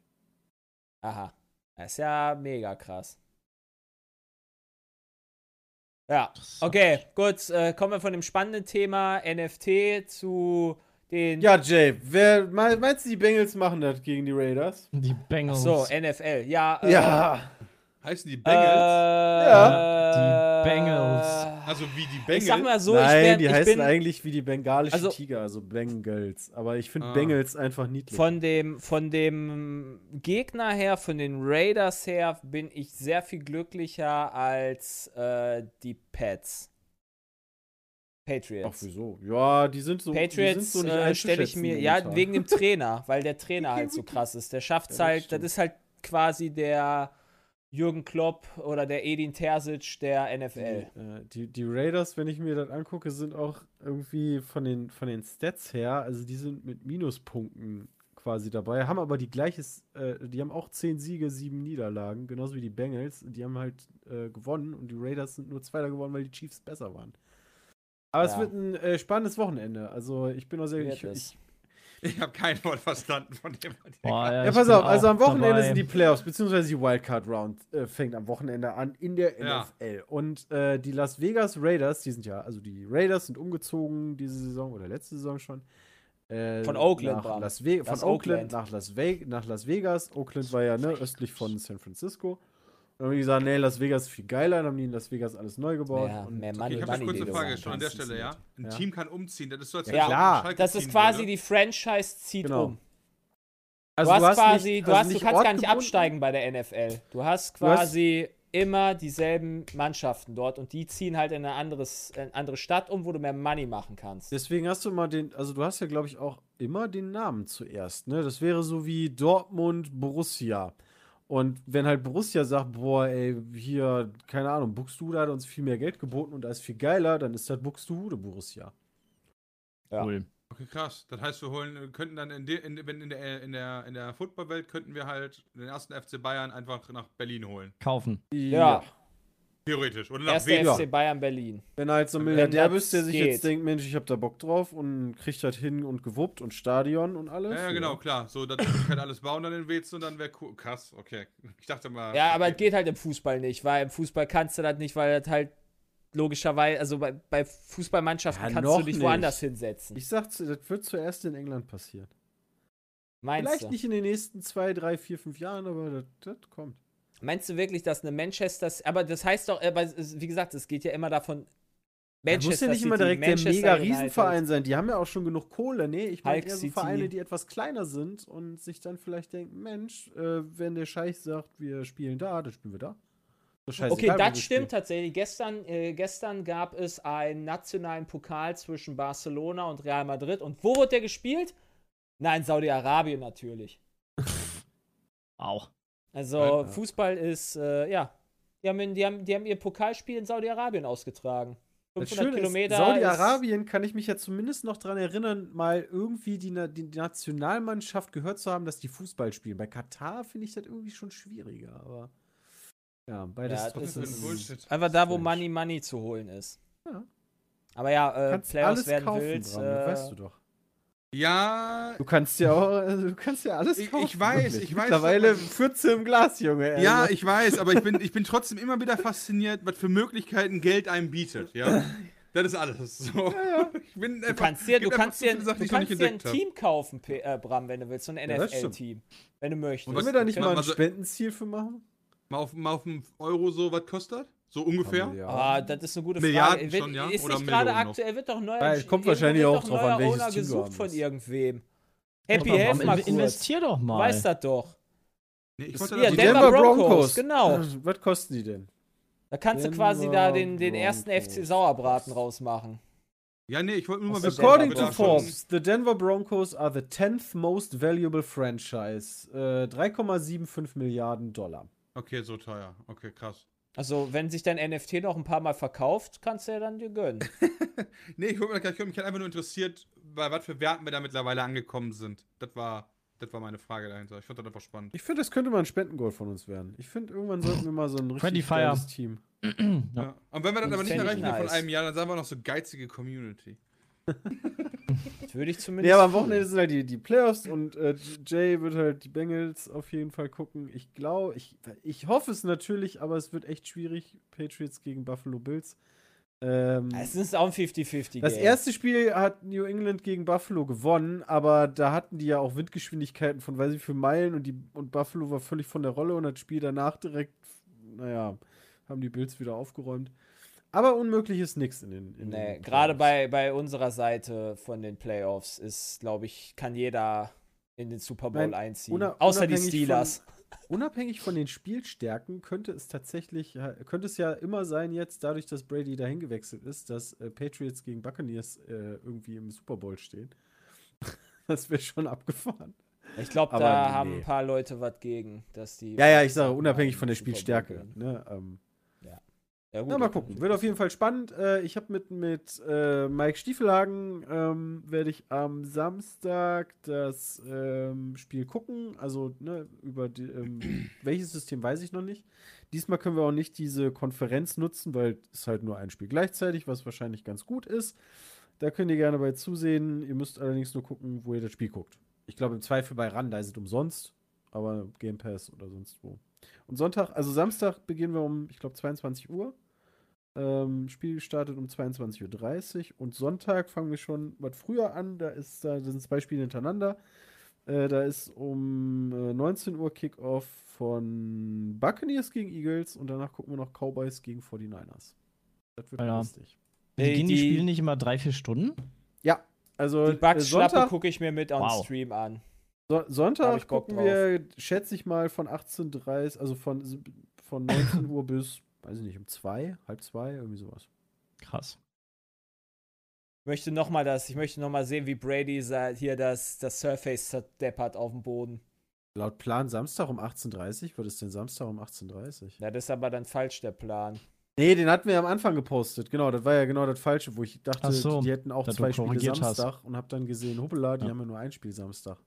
Aha. Das ist ja mega krass. Ja, okay, gut. Äh, kommen wir von dem spannenden Thema NFT zu den. Ja, Jay, wer, me- meinst du, die Bengals machen das gegen die Raiders? Die Bengals. So, NFL. Ja, äh, Ja. Heißen die Äh, Bengals? ja. Die Bengals. also wie die Äh, Ich sag Bengals? mal so, Nein, ich, wär, die ich heißen bin eigentlich wie die bengalischen Also- Tiger, also Bengals. Aber ich finde Ah. Bengals einfach niedlich. von dem, von dem Gegner her, von den Raiders her, bin ich sehr viel glücklicher als äh, die Pats. Ach, Patriots. wieso? Ja, die sind so. Patriots so äh, stelle ich einzuschätzen mir, ja, momentan. wegen dem Trainer, weil der Trainer halt so krass ist. Der schafft Ja, es das halt, das stimmt. ist halt quasi der Jürgen Klopp oder der Edin Terzic der NFL. Die, äh, die, die Raiders, wenn ich mir das angucke, sind auch irgendwie von den, von den Stats her, also die sind mit Minuspunkten quasi dabei, haben aber die gleiches, äh, die haben auch 10 Siege, 7 Niederlagen, genauso wie die Bengals. Die haben halt äh, gewonnen und die Raiders sind nur Zweiter geworden, weil die Chiefs besser waren. Aber es Ja. wird ein äh, spannendes Wochenende. Also ich bin auch sehr. Wird Ich, es. ich, Ich habe kein Wort verstanden von dem. Boah, Ja, ich pass bin auf, also auch am Wochenende dabei. sind die Playoffs, beziehungsweise die Wildcard-Round äh, fängt am Wochenende an in der Ja. NFL. Und äh, die Las Vegas Raiders, die sind ja, also die Raiders sind umgezogen diese Saison oder letzte Saison schon. äh, Von Oakland, nach Bram. Las Ve Das von Oakland, Oakland. Nach, Las Ve nach Las Vegas. Oakland war ja ne, östlich von San Francisco. Und dann haben die gesagt, nee, Las Vegas ist viel geiler. Dann haben die in Las Vegas alles neu gebaut. Mehr- und mehr okay, Money, ich ich hab habe das kurz eine kurze Idee, Frage Roman, schon an der Stelle, ja? Ein Ja. Team kann umziehen, das ist so, als Ja, wenn Schalke klar. Schalke Das ist ziehen quasi würde. die Franchise zieht Genau. um. Also Du hast quasi, du, nicht- also hast, du nicht kannst gar nicht ortgebunden. absteigen bei der NFL. Du hast Du hast- quasi immer dieselben Mannschaften dort und die ziehen halt in eine, anderes, in eine andere Stadt um, wo du mehr Money machen kannst. Deswegen hast du mal den, also du hast ja, glaube ich, auch immer den Namen zuerst. Ne? Das wäre so wie Dortmund, Borussia. Und wenn halt Borussia sagt, boah, ey, hier, keine Ahnung, Buxtehude hat uns viel mehr Geld geboten und da ist viel geiler, dann ist das Buxtehude Borussia. Ja. Cool. Okay, krass. Das heißt, wir holen, könnten dann in, de, in, wenn in der in der in der Footballwelt könnten wir halt den ersten FC Bayern einfach nach Berlin holen. Kaufen. ja, Theoretisch oder nach erster Wien. FC Bayern Berlin. Wenn halt so ein Wenn Milliardär das bist, der sich geht. jetzt denkt, Mensch, ich hab da Bock drauf und kriegt das hin und gewuppt und Stadion und alles. Ja, ja, genau, klar. So, dann kann ich halt alles bauen dann in Wetz und dann wäre cool. Krass, okay. Ich dachte mal. Ja, aber okay. es geht halt im Fußball nicht, weil im Fußball kannst du das nicht, weil das halt logischerweise, also bei, bei Fußballmannschaften Ja, kannst du noch dich nicht. woanders hinsetzen. Ich sag's, dir, das wird zuerst in England passieren. Meinst Vielleicht du? nicht in den nächsten zwei, drei, vier, fünf Jahren, aber das, das kommt. Meinst du wirklich, dass eine Manchester, aber das heißt doch, äh, aber es ist- wie gesagt, es geht ja immer davon, Das muss ja nicht immer direkt der mega Riesenverein sein. Die haben ja auch schon genug Kohle. Nee, ich meine Hulk eher so City. Vereine, die etwas kleiner sind und sich dann vielleicht denken, Mensch, äh, wenn der Scheich sagt, wir spielen da, dann spielen wir da. So Okay, scheißegal, also wo das wir stimmt spielen. tatsächlich. Gestern, äh, gestern gab es einen nationalen Pokal zwischen Barcelona und Real Madrid. Und wo wird der gespielt? Nein, Saudi-Arabien natürlich. Auch. Also Ja. Fußball ist, äh, ja. Die haben, in, die, haben, die haben ihr Pokalspiel in Saudi-Arabien ausgetragen. Das 500 Schöne Kilometer. ist, ist- Saudi-Arabien kann ich mich ja zumindest noch dran erinnern, mal irgendwie die, Na die Nationalmannschaft gehört zu haben, dass die Fußball spielen. Bei Katar finde ich das irgendwie schon schwieriger, aber ja, beides Ja, das Was ist trotzdem das für ein Bullshit? Einfach da, wo Strange. Money Money zu holen ist. Ja. Aber ja, äh, kannst Playoffs alles werden kaufen, wild. Bram, äh, das weißt du doch. Ja, Du kannst ja auch, also du kannst ja alles Ich- ich kaufen. weiß, wirklich. ich weiß, Mittlerweile aber- 14 im Glas, Junge. ey. Ja, ich weiß, aber ich bin, ich bin trotzdem immer wieder fasziniert, was für Möglichkeiten Geld einem bietet. Ja, das ist alles. So. Ich bin Du kannst dir, du kannst dir, du ich noch nicht kannst dir ein entdeckt habe. Team kaufen, P äh, Bram, wenn du willst, so ein Ja, das stimmt. NFL-Team, wenn du möchtest. was- Wollen wir da nicht was- mal ein was- Spendenziel für machen? Mal auf, mal auf einen Euro so, was kostet? So ungefähr? Ja. Ah, das ist eine gute Milliarden Frage. Wird- schon, ja? Ist Oder nicht gerade Millionen noch? aktuell, wird doch neu. Ja, es kommt wahrscheinlich irgendwo auch wird drauf doch neuer an, welches Owner Team du gesucht haben von willst. irgendwem. Happy Aber Help warum mal in- kurz. investier doch Du mal. weißt das doch. Nee, ich Das- wollte ja, das die so- Denver Broncos, genau. Äh, Was kosten die denn? Da kannst du Denver quasi da den, den ersten Broncos. FC Sauerbraten rausmachen. ja, nee, ich wollte nur mal Also wissen. According ob wir to da schon- Forbes, the Denver Broncos are the 10th most valuable franchise. Äh, 3,75 Milliarden Dollar. Okay, so teuer. Okay, krass. Also, wenn sich dein NFT noch ein paar Mal verkauft, kannst du ja dann dir gönnen. Nee, ich, wollte mir- ich habe mich halt einfach nur interessiert, bei was für Werten wir da mittlerweile angekommen sind. Das war, das war meine Frage dahinter. Ich fand das einfach spannend. Ich finde, das könnte mal ein Spendengoal von uns werden. Ich finde, irgendwann sollten wir mal so ein Friendly richtig Fire. geiles Team. Ja. Und wenn wir das Das aber nicht fänd ich erreichen von nice. einem Jahr, dann sagen wir noch so geizige Community. Das würde ich zumindest. Ja, aber am tun. Wochenende sind halt die, die Playoffs und äh, Jay wird halt die Bengals auf jeden Fall gucken. Ich glaube, ich, ich hoffe es natürlich, aber es wird echt schwierig. Patriots gegen Buffalo Bills. Ähm, Es Ah, ist auch ein 50-50-Game. das erste Spiel hat New England gegen Buffalo gewonnen, aber da hatten die ja auch Windgeschwindigkeiten von weiß ich wie viel Meilen und, die, und Buffalo war völlig von der Rolle und das Spiel danach direkt naja, haben die Bills wieder aufgeräumt. Aber unmöglich ist nichts in den. In Nee, den gerade Playoffs. bei, bei unserer Seite von den Playoffs ist, glaube ich, kann jeder in den Super Bowl Nein, einziehen. una- außer die unabhängig von- Steelers. Unabhängig von den Spielstärken könnte es tatsächlich, äh, könnte es ja immer sein jetzt, dadurch, dass Brady dahin gewechselt ist, dass äh, Patriots gegen Buccaneers äh, irgendwie im Super Bowl stehen. Das wäre schon abgefahren. Ich glaube, Aber da nee. haben ein paar Leute was gegen, dass die. Ja, ja, ich sage, unabhängig von der Super Bowl Spielstärke. gewinnen. Ne, ähm, Ja, gut, na, mal gucken. Wird auf jeden Fall spannend. Äh, ich habe mit, mit äh, Mike Stiefelhagen, ähm, werde ich am Samstag das ähm, Spiel gucken. Also, ne, über die, ähm, welches System weiß ich noch nicht. Diesmal können wir auch nicht diese Konferenz nutzen, weil es halt nur ein Spiel gleichzeitig, was wahrscheinlich ganz gut ist. Da könnt ihr gerne bei zusehen. Ihr müsst allerdings nur gucken, wo ihr das Spiel guckt. Ich glaube, im Zweifel bei RAN, da ist es umsonst. Aber Game Pass oder sonst wo. Und Sonntag, also Samstag beginnen wir um, ich glaube, 22 Uhr. Ähm, Spiel startet um 22.30 Uhr und Sonntag fangen wir schon was früher an. Da ist da das sind zwei Spiele hintereinander. Äh, da ist um äh, 19 Uhr Kickoff von Buccaneers gegen Eagles und danach gucken wir noch Cowboys gegen 49ers. Das wird Alter. lustig. Ey, Gehen die die- Spiele nicht immer drei, vier Stunden? Ja, also Die äh, Bugs-Schlappe Sonntag, gucke ich mir mit am Wow. Stream an. So- Hab Sonntag ich Bock gucken drauf. wir, schätze ich mal, von 18.30 also von, von 19 Uhr bis, weiß ich nicht, um 2, halb 2, irgendwie sowas. Krass. Ich möchte nochmal das, ich möchte noch mal sehen, wie Brady sa- hier das, das Surface zerdeppert auf dem Boden. Laut Plan Samstag um 18.30 Uhr, wird es denn Samstag um 18.30 Uhr? Ja, das ist aber dann falsch, der Plan. Nee, den hatten wir ja am Anfang gepostet. Genau, das war ja genau das Falsche, wo ich dachte, Ach so, die hätten auch da du zwei Spiele korrigiert hast. Samstag und hab dann gesehen, hoppala, die Ja. haben ja nur ein Spiel Samstag.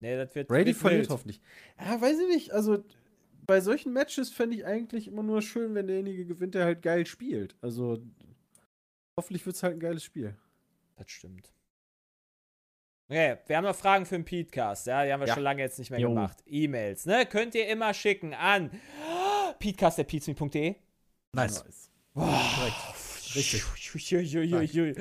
Nee, das wird. Brady wird verliert wild. hoffentlich. Ja, weiß ich nicht. Also bei solchen Matches fände ich eigentlich immer nur schön, wenn derjenige gewinnt, der halt geil spielt. Also hoffentlich wird es halt ein geiles Spiel. Das stimmt. Okay, wir haben noch Fragen für den Podcast, ja, die haben wir Ja. schon lange jetzt nicht mehr Jo. gemacht. E-Mails, ne? Könnt ihr immer schicken an podcast.pizmin.de. Nice. Richtig.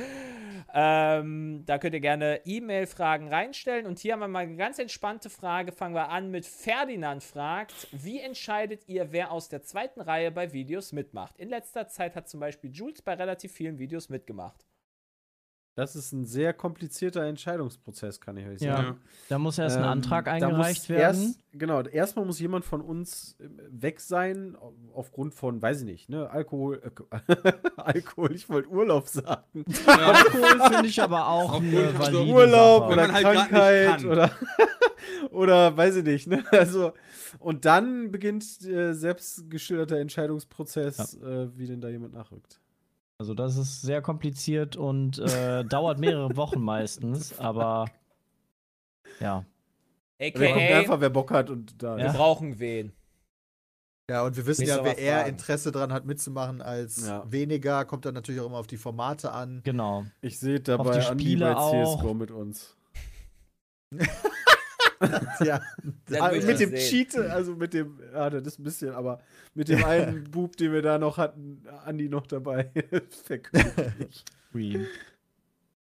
Ähm, da könnt ihr gerne E-Mail-Fragen reinstellen. Und hier haben wir mal eine ganz entspannte Frage. Fangen wir an mit Ferdinand fragt, wie entscheidet ihr, wer aus der zweiten Reihe bei Videos mitmacht? In letzter Zeit hat zum Beispiel Jules bei relativ vielen Videos mitgemacht. Das ist ein sehr komplizierter Entscheidungsprozess, kann ich euch sagen. Ja. Da muss erst ein Ähm, Antrag da muss eingereicht werden. Erst, genau, erstmal muss jemand von uns äh, weg sein, au- aufgrund von, weiß ich nicht, ne, Alkohol, äh, Alkohol, ich wollte Urlaub sagen. Ja. Alkohol finde ich aber auch Obwohl, eine also valide Urlaub Sache. Wenn oder man halt grad nicht Krankheit kann. oder, oder weiß ich nicht, ne, also, und dann beginnt äh, selbst geschilderter Entscheidungsprozess, äh, wie denn da jemand nachrückt. Also das ist sehr kompliziert und äh, dauert mehrere Wochen meistens, aber ja. AKA, Wir gucken einfach, wer Bock hat und da wir ist. brauchen wen. Ja, und wir wissen Willst du ja, aber wer eher fragen? Interesse dran hat, mitzumachen als Ja. weniger. Kommt dann natürlich auch immer auf die Formate an. Genau. Ich sehe dabei Andi Spiele bei auch. CSGO mit uns. Ja, Ja, will Also ich Ah, mit das dem sehen. Cheat, also mit dem, ja, das ist ein bisschen, aber mit dem einen Bub, den wir da noch hatten, Andi noch dabei. verkörperlich. Green.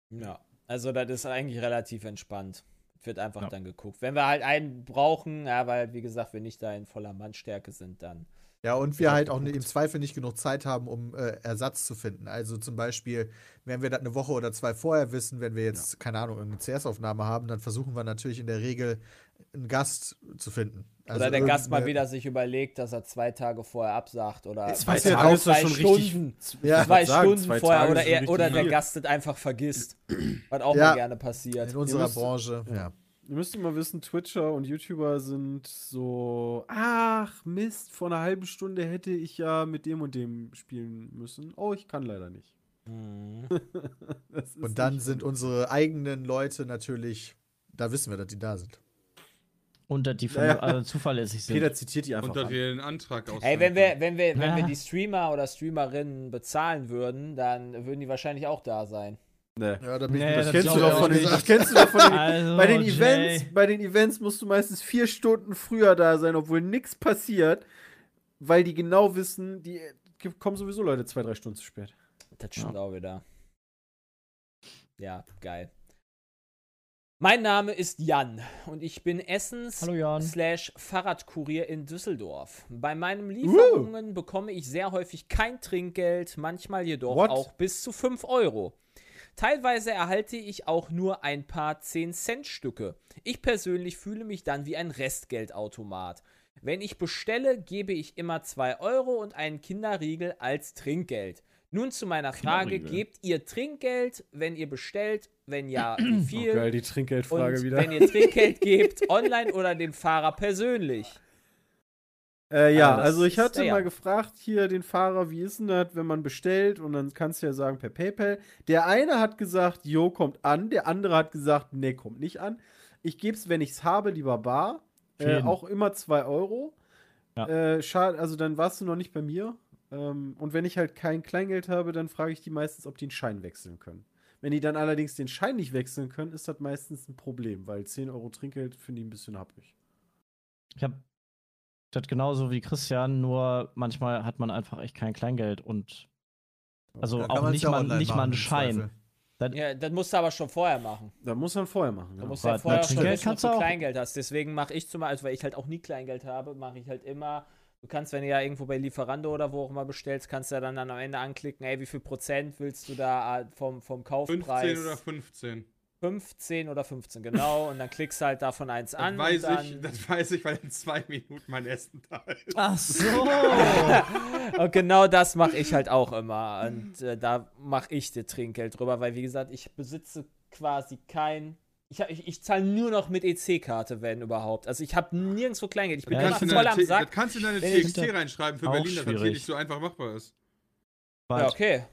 Ja, also das ist eigentlich relativ entspannt. Wird einfach Ja. dann geguckt. Wenn wir halt einen brauchen, ja, weil wie gesagt, wir nicht da in voller Mannstärke sind, dann. ja, und wir halt auch ne- im Zweifel nicht genug Zeit haben, um äh, Ersatz zu finden. Also zum Beispiel, wenn wir das eine Woche oder zwei vorher wissen, wenn wir jetzt, keine Ahnung, irgendeine CS-Aufnahme haben, dann versuchen wir natürlich in der Regel einen Gast zu finden. Also oder der Gast mal irgendeine- wieder sich überlegt, dass er zwei Tage vorher absagt oder Zwei was Tage weiß ich, ist das zwei schon richtig- Stunden, Ja, zwei wollte sagen, Stunden zwei vorher Tage oder, ist schon er, richtig oder der viel. Gast das einfach vergisst. Was auch Ja. mal gerne passiert. in unserer müsst- Branche. Ja. Ihr müsst immer wissen, Twitcher und YouTuber sind so, ach Mist, vor einer halben Stunde hätte ich ja mit dem und dem spielen müssen. Oh, ich kann leider nicht. Mhm. Das ist Und dann nicht- sind unsere eigenen Leute natürlich, da wissen wir, dass die da sind. Und dass die Ja, ja. also zuverlässig sind. Peter zitiert die einfach. Unter an. den Antrag aus. Ey, wenn wir, wenn wir, wenn wir Ah. die Streamer oder Streamerinnen bezahlen würden, dann würden die wahrscheinlich auch da sein. Nee. Ja, da bin ich Nee, mir Das Äh, das kennst, glaub du ich doch auch von den, nicht. das kennst du doch von den, Also, bei den Jay. Events. Bei den Events musst du meistens vier Stunden früher da sein, obwohl nichts passiert, weil die genau wissen, die kommen sowieso Leute zwei, drei Stunden zu spät. Das stimmt auch wieder. Ja, geil. Mein Name ist Jan und ich bin Essens Hallo Jan. slash Fahrradkurier in Düsseldorf. Bei meinen Lieferungen bekomme ich sehr häufig kein Trinkgeld, manchmal jedoch What? auch bis zu 5 Euro. Teilweise erhalte ich auch nur ein paar 10-Cent-Stücke. Ich persönlich fühle mich dann wie ein Restgeldautomat. Wenn ich bestelle, gebe ich immer 2 Euro und einen Kinderriegel als Trinkgeld. Nun zu meiner Frage, Kinderriegel. gebt ihr Trinkgeld, wenn ihr bestellt? Wenn ja, wie viel? Oh Geil, die Trinkgeldfrage Und wieder. wenn ihr Trinkgeld gebt, online oder dem Fahrer persönlich. Äh, ja, Aber Ah, das also ich ist- hatte ja, ja. mal gefragt hier den Fahrer, wie ist denn das, wenn man bestellt und dann kannst du ja sagen per PayPal. Der eine hat gesagt, jo, kommt an, der andere hat gesagt, nee, kommt nicht an. Ich geb's, wenn ich's habe, lieber bar. Für Äh, jeden. auch immer 2 Euro. Ja. Äh, schade, also dann warst du noch nicht bei mir. Ähm, und wenn ich halt kein Kleingeld habe, dann frage ich die meistens, ob die einen Schein wechseln können. Wenn die dann allerdings den Schein nicht wechseln können, ist das meistens ein Problem, weil 10 Euro Trinkgeld finde ich ein bisschen happig. Ich habe das genauso wie Christian, nur manchmal hat man einfach echt kein Kleingeld und also Da kann auch man's nicht, ja mal, online nicht mal machen, einen im Schein. Zweifel. Ja, das musst du aber schon vorher machen. Da muss man vorher machen. Du genau. musst ja Aber vorher na, schon Trinkgeld wissen, ob kannst du du auch- Kleingeld hast. Deswegen mache ich zum Beispiel, weil ich halt auch nie Kleingeld habe, mache ich halt immer. Du kannst, wenn du ja irgendwo bei Lieferando oder wo auch immer bestellst, kannst du ja dann, dann am Ende anklicken, ey, wie viel Prozent willst du da äh, vom, vom 15 Kaufpreis? oder 15. 15 oder 15, genau. Und dann klickst du halt davon eins Das an. und weiß dann, ich, das weiß ich, weil in zwei Minuten mein Essen da ist. Ach so. Und genau das mache ich halt auch immer. Und äh, da mache ich dir Trinkgeld drüber, weil wie gesagt, ich besitze quasi kein. Ich, hab- ich, ich zahle nur noch mit EC-Karte, wenn überhaupt. Also ich habe nirgendwo Kleingeld. Ich bin Ja, immer kannst du in voll deine am T- das Sack. kannst du in deine Wenn ich- TXT reinschreiben für Auch Berlin, dass das hier schwierig. nicht so einfach machbar ist. Ja, Warte. okay.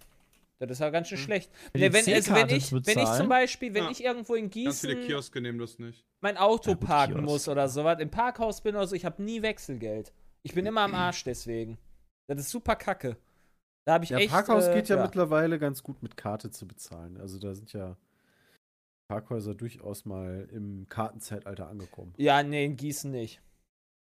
Das ist ja ganz schön schlecht. Wenn Nee, die wenn, also wenn, EC-Karte ich, zu wenn ich bezahlen? zum Beispiel, wenn Hm. Ja. ich irgendwo in Ganz viele Gießen Kioske nehmen das nicht. mein Auto Ja, gut, parken Kiosk. muss oder sowas, im Parkhaus bin oder so, ich habe nie Wechselgeld. Ich bin immer am Arsch deswegen. Das ist super kacke. Da habe ich Ja, echt. Parkhaus äh, geht ja, mittlerweile ganz gut mit Karte zu bezahlen. Also da sind ja Parkhäuser durchaus mal im Kartenzeitalter angekommen. Ja, nee, in Gießen nicht.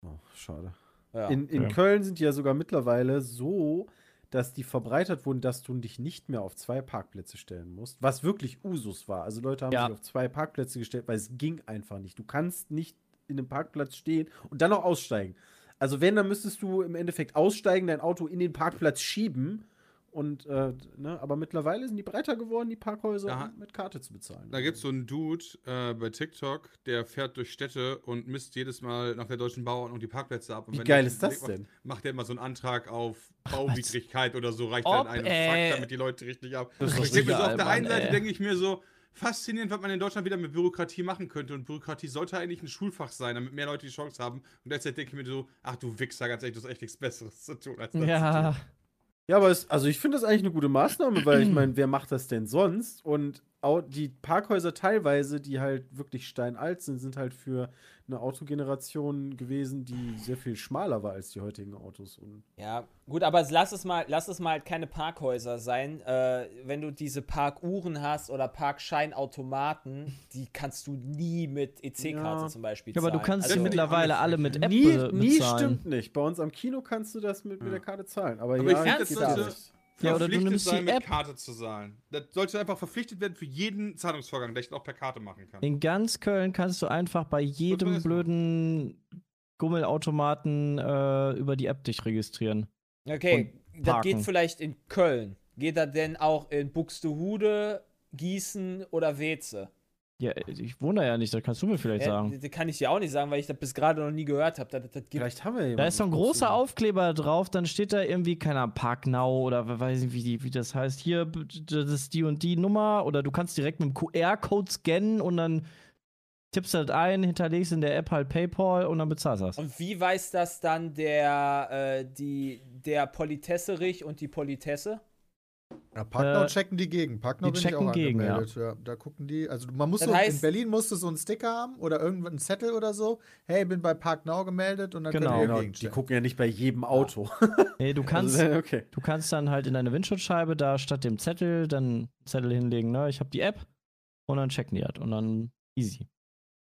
Oh, schade. Ja. In, in Ja. Köln sind die ja sogar mittlerweile so, dass die verbreitert wurden, dass du dich nicht mehr auf zwei Parkplätze stellen musst, was wirklich Usus war. Also Leute haben Ja. sich auf zwei Parkplätze gestellt, weil es ging einfach nicht. Du kannst nicht in einem Parkplatz stehen und dann noch aussteigen. Also wenn, dann müsstest du im Endeffekt aussteigen, dein Auto in den Parkplatz schieben. Und äh, ne, aber mittlerweile sind die breiter geworden, die Parkhäuser Da- um mit Karte zu bezahlen. Da gibt es so einen Dude äh, bei TikTok, der fährt durch Städte und misst jedes Mal nach der deutschen Bauordnung die Parkplätze ab. Und Wie wenn geil der- ist das denn? Macht er immer so einen Antrag auf Bauwidrigkeit oder so, reicht Ob, äh, halt einem ey. Fakt, damit die Leute richtig ab. Das ist doch ich denke mir so, auf egal, der einen Mann, Seite ey. denke ich mir so, faszinierend, was man in Deutschland wieder mit Bürokratie machen könnte. Und Bürokratie sollte eigentlich ein Schulfach sein, damit mehr Leute die Chance haben. Und derzeit denke ich mir so, ach du Wichser, ganz ehrlich, du hast echt nichts Besseres zu tun als das. zu tun. Ja. Ja, aber es, also ich finde das eigentlich eine gute Maßnahme, weil ich meine, wer macht das denn sonst? Und au- die Parkhäuser teilweise, die halt wirklich steinalt sind, sind halt für eine Autogeneration gewesen, die sehr viel schmaler war als die heutigen Autos. Und Ja, gut, aber lass es mal, lass es mal halt keine Parkhäuser sein. Äh, wenn du diese Parkuhren hast oder Parkscheinautomaten, die kannst du nie mit EC-Karte Ja. zum Beispiel Ja, aber du zahlen. kannst sie Also- mittlerweile alle mit App nie, be- nie bezahlen. stimmt nicht. Bei uns am Kino kannst du das mit, mit der Karte zahlen. Aber, Aber ich ja, finde, geht das gar sollte nicht. Ja, oder du verpflichtet nimmst die sein, mit App. Karte zu zahlen. Das sollte einfach verpflichtet werden für jeden Zahlungsvorgang, der ich auch per Karte machen kann. In ganz Köln kannst du einfach bei jedem weiß. blöden Gummelautomaten äh, über die App dich registrieren. Okay, und das parken. geht vielleicht in Köln. Geht das denn auch in Buxtehude, Gießen oder Weze? Ja, ich wundere ja nicht, das kannst du mir vielleicht Ja, sagen. das kann ich dir auch nicht sagen, weil ich das bis gerade noch nie gehört habe. Das, das gibt Vielleicht haben wir ja Da ist so ein großer Aufkleber drauf, dann steht da irgendwie, keine Ahnung, Park Now oder we- weiß nicht, wie, die, wie das heißt. Hier, b- das ist die und die Nummer oder du kannst direkt mit dem QR-Code scannen und dann tippst du das ein, hinterlegst in der App halt PayPal und dann bezahlst du das. Und wie weiß das dann der, äh, die, der Politesserich und die Politesse? Ja, Partner Äh, checken die gegen. Partner die bin ich auch checken gegen, ja. angemeldet. Ja. Da gucken die. Also man muss Das so, in heißt- Berlin musst du so einen Sticker haben oder irgendeinen Zettel oder so. Hey, bin bei Parknow gemeldet und dann Genau. können wir Genau, gegen die gucken ja nicht bei jedem Auto. Nee, du kannst, Also, okay. du kannst dann halt in deine Windschutzscheibe da statt dem Zettel dann Zettel hinlegen, ne? Ich habe die App und dann checken die das und dann easy.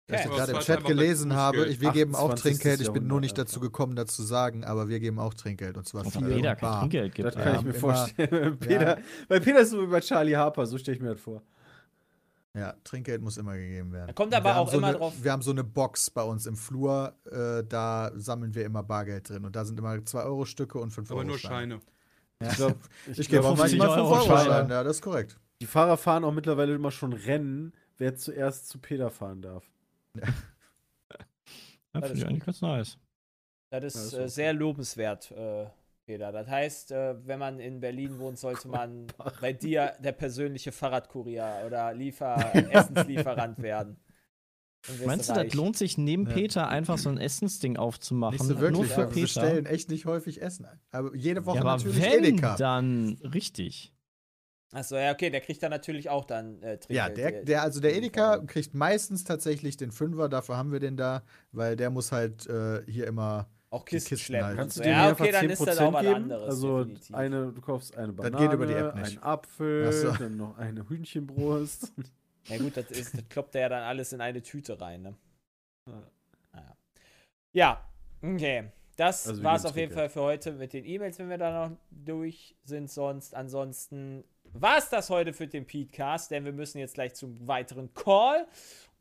Was ich Okay. gerade im Das Chat war einfach gelesen das habe, Bußgeld. ich, wir geben auch 28. Trinkgeld. Ich bin nur Jahrhundert, nicht dazu Alter. gekommen, das zu sagen, aber wir geben auch Trinkgeld und zwar Und viel Peter und kein bar. Trinkgeld gibt. Das Ja, kann ich mir immer- vorstellen. Peter, Ja. Bei Peter ist so wie bei Charlie Harper, so stelle ich mir das vor. Ja, Trinkgeld muss immer gegeben werden. Da kommt aber Wir haben auch so immer eine, drauf- Wir haben so eine Box bei uns im Flur, äh, da sammeln wir immer Bargeld drin. Und da sind immer 2-Euro-Stücke und 5 Euro. Aber nur Scheine. Ich glaub, Ich gebe glaub, auch 50 manchmal 5 Euro Euro Scheine. Scheine. Ja, das ist korrekt. die Fahrer fahren auch mittlerweile immer schon Rennen, wer zuerst zu Peter fahren darf. Ja, das ne? finde ich ist eigentlich ganz nice. Das das ist ist äh, sehr lobenswert, äh, Peter. Das heißt, äh, wenn man in Berlin wohnt, sollte man bei dir der persönliche Fahrradkurier oder Liefer Essenslieferant werden. Dann wirst Meinst du, reich. das lohnt sich neben Ja. Peter einfach so ein Essensding aufzumachen? Nicht so wirklich, Nur für aber wir Peter. stellen echt nicht häufig Essen ein. Aber jede Woche Ja, aber natürlich wenn, Edeka. dann richtig. Achso, ja, okay, der kriegt dann natürlich auch dann äh, Ja, Trinkgeld. der, der, also der jeden Edeka Fall. kriegt meistens tatsächlich den Fünfer, dafür haben wir den da, weil der muss halt äh, hier immer. Auch die Kisten, Kisten schleppen. halt. und Kannst so. du dir Ja, einfach okay, dann ist das auch was geben? anderes. Also definitiv. eine, du kaufst eine Das Banane, geht über die App nicht. einen Apfel, Ach so. dann noch eine Hühnchenbrust. Ja gut, das, ist, das kloppt er ja dann alles in eine Tüte rein, ne? Naja. Ja, okay. Das Also wir war's geben auf jeden Trinkgeld. Fall für heute mit den E-Mails, wenn wir da noch durch sind. Sonst, ansonsten war's das heute für den Podcast, denn wir müssen jetzt gleich zum weiteren Call.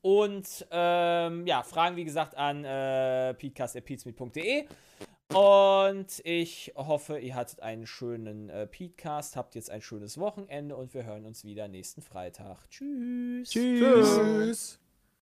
Und ähm, ja, Fragen wie gesagt an äh, peatcast.peatsmeet.de. Und ich hoffe, ihr hattet einen schönen äh, Peatcast, habt jetzt ein schönes Wochenende und wir hören uns wieder nächsten Freitag. Tschüss. Tschüss. Tschüss.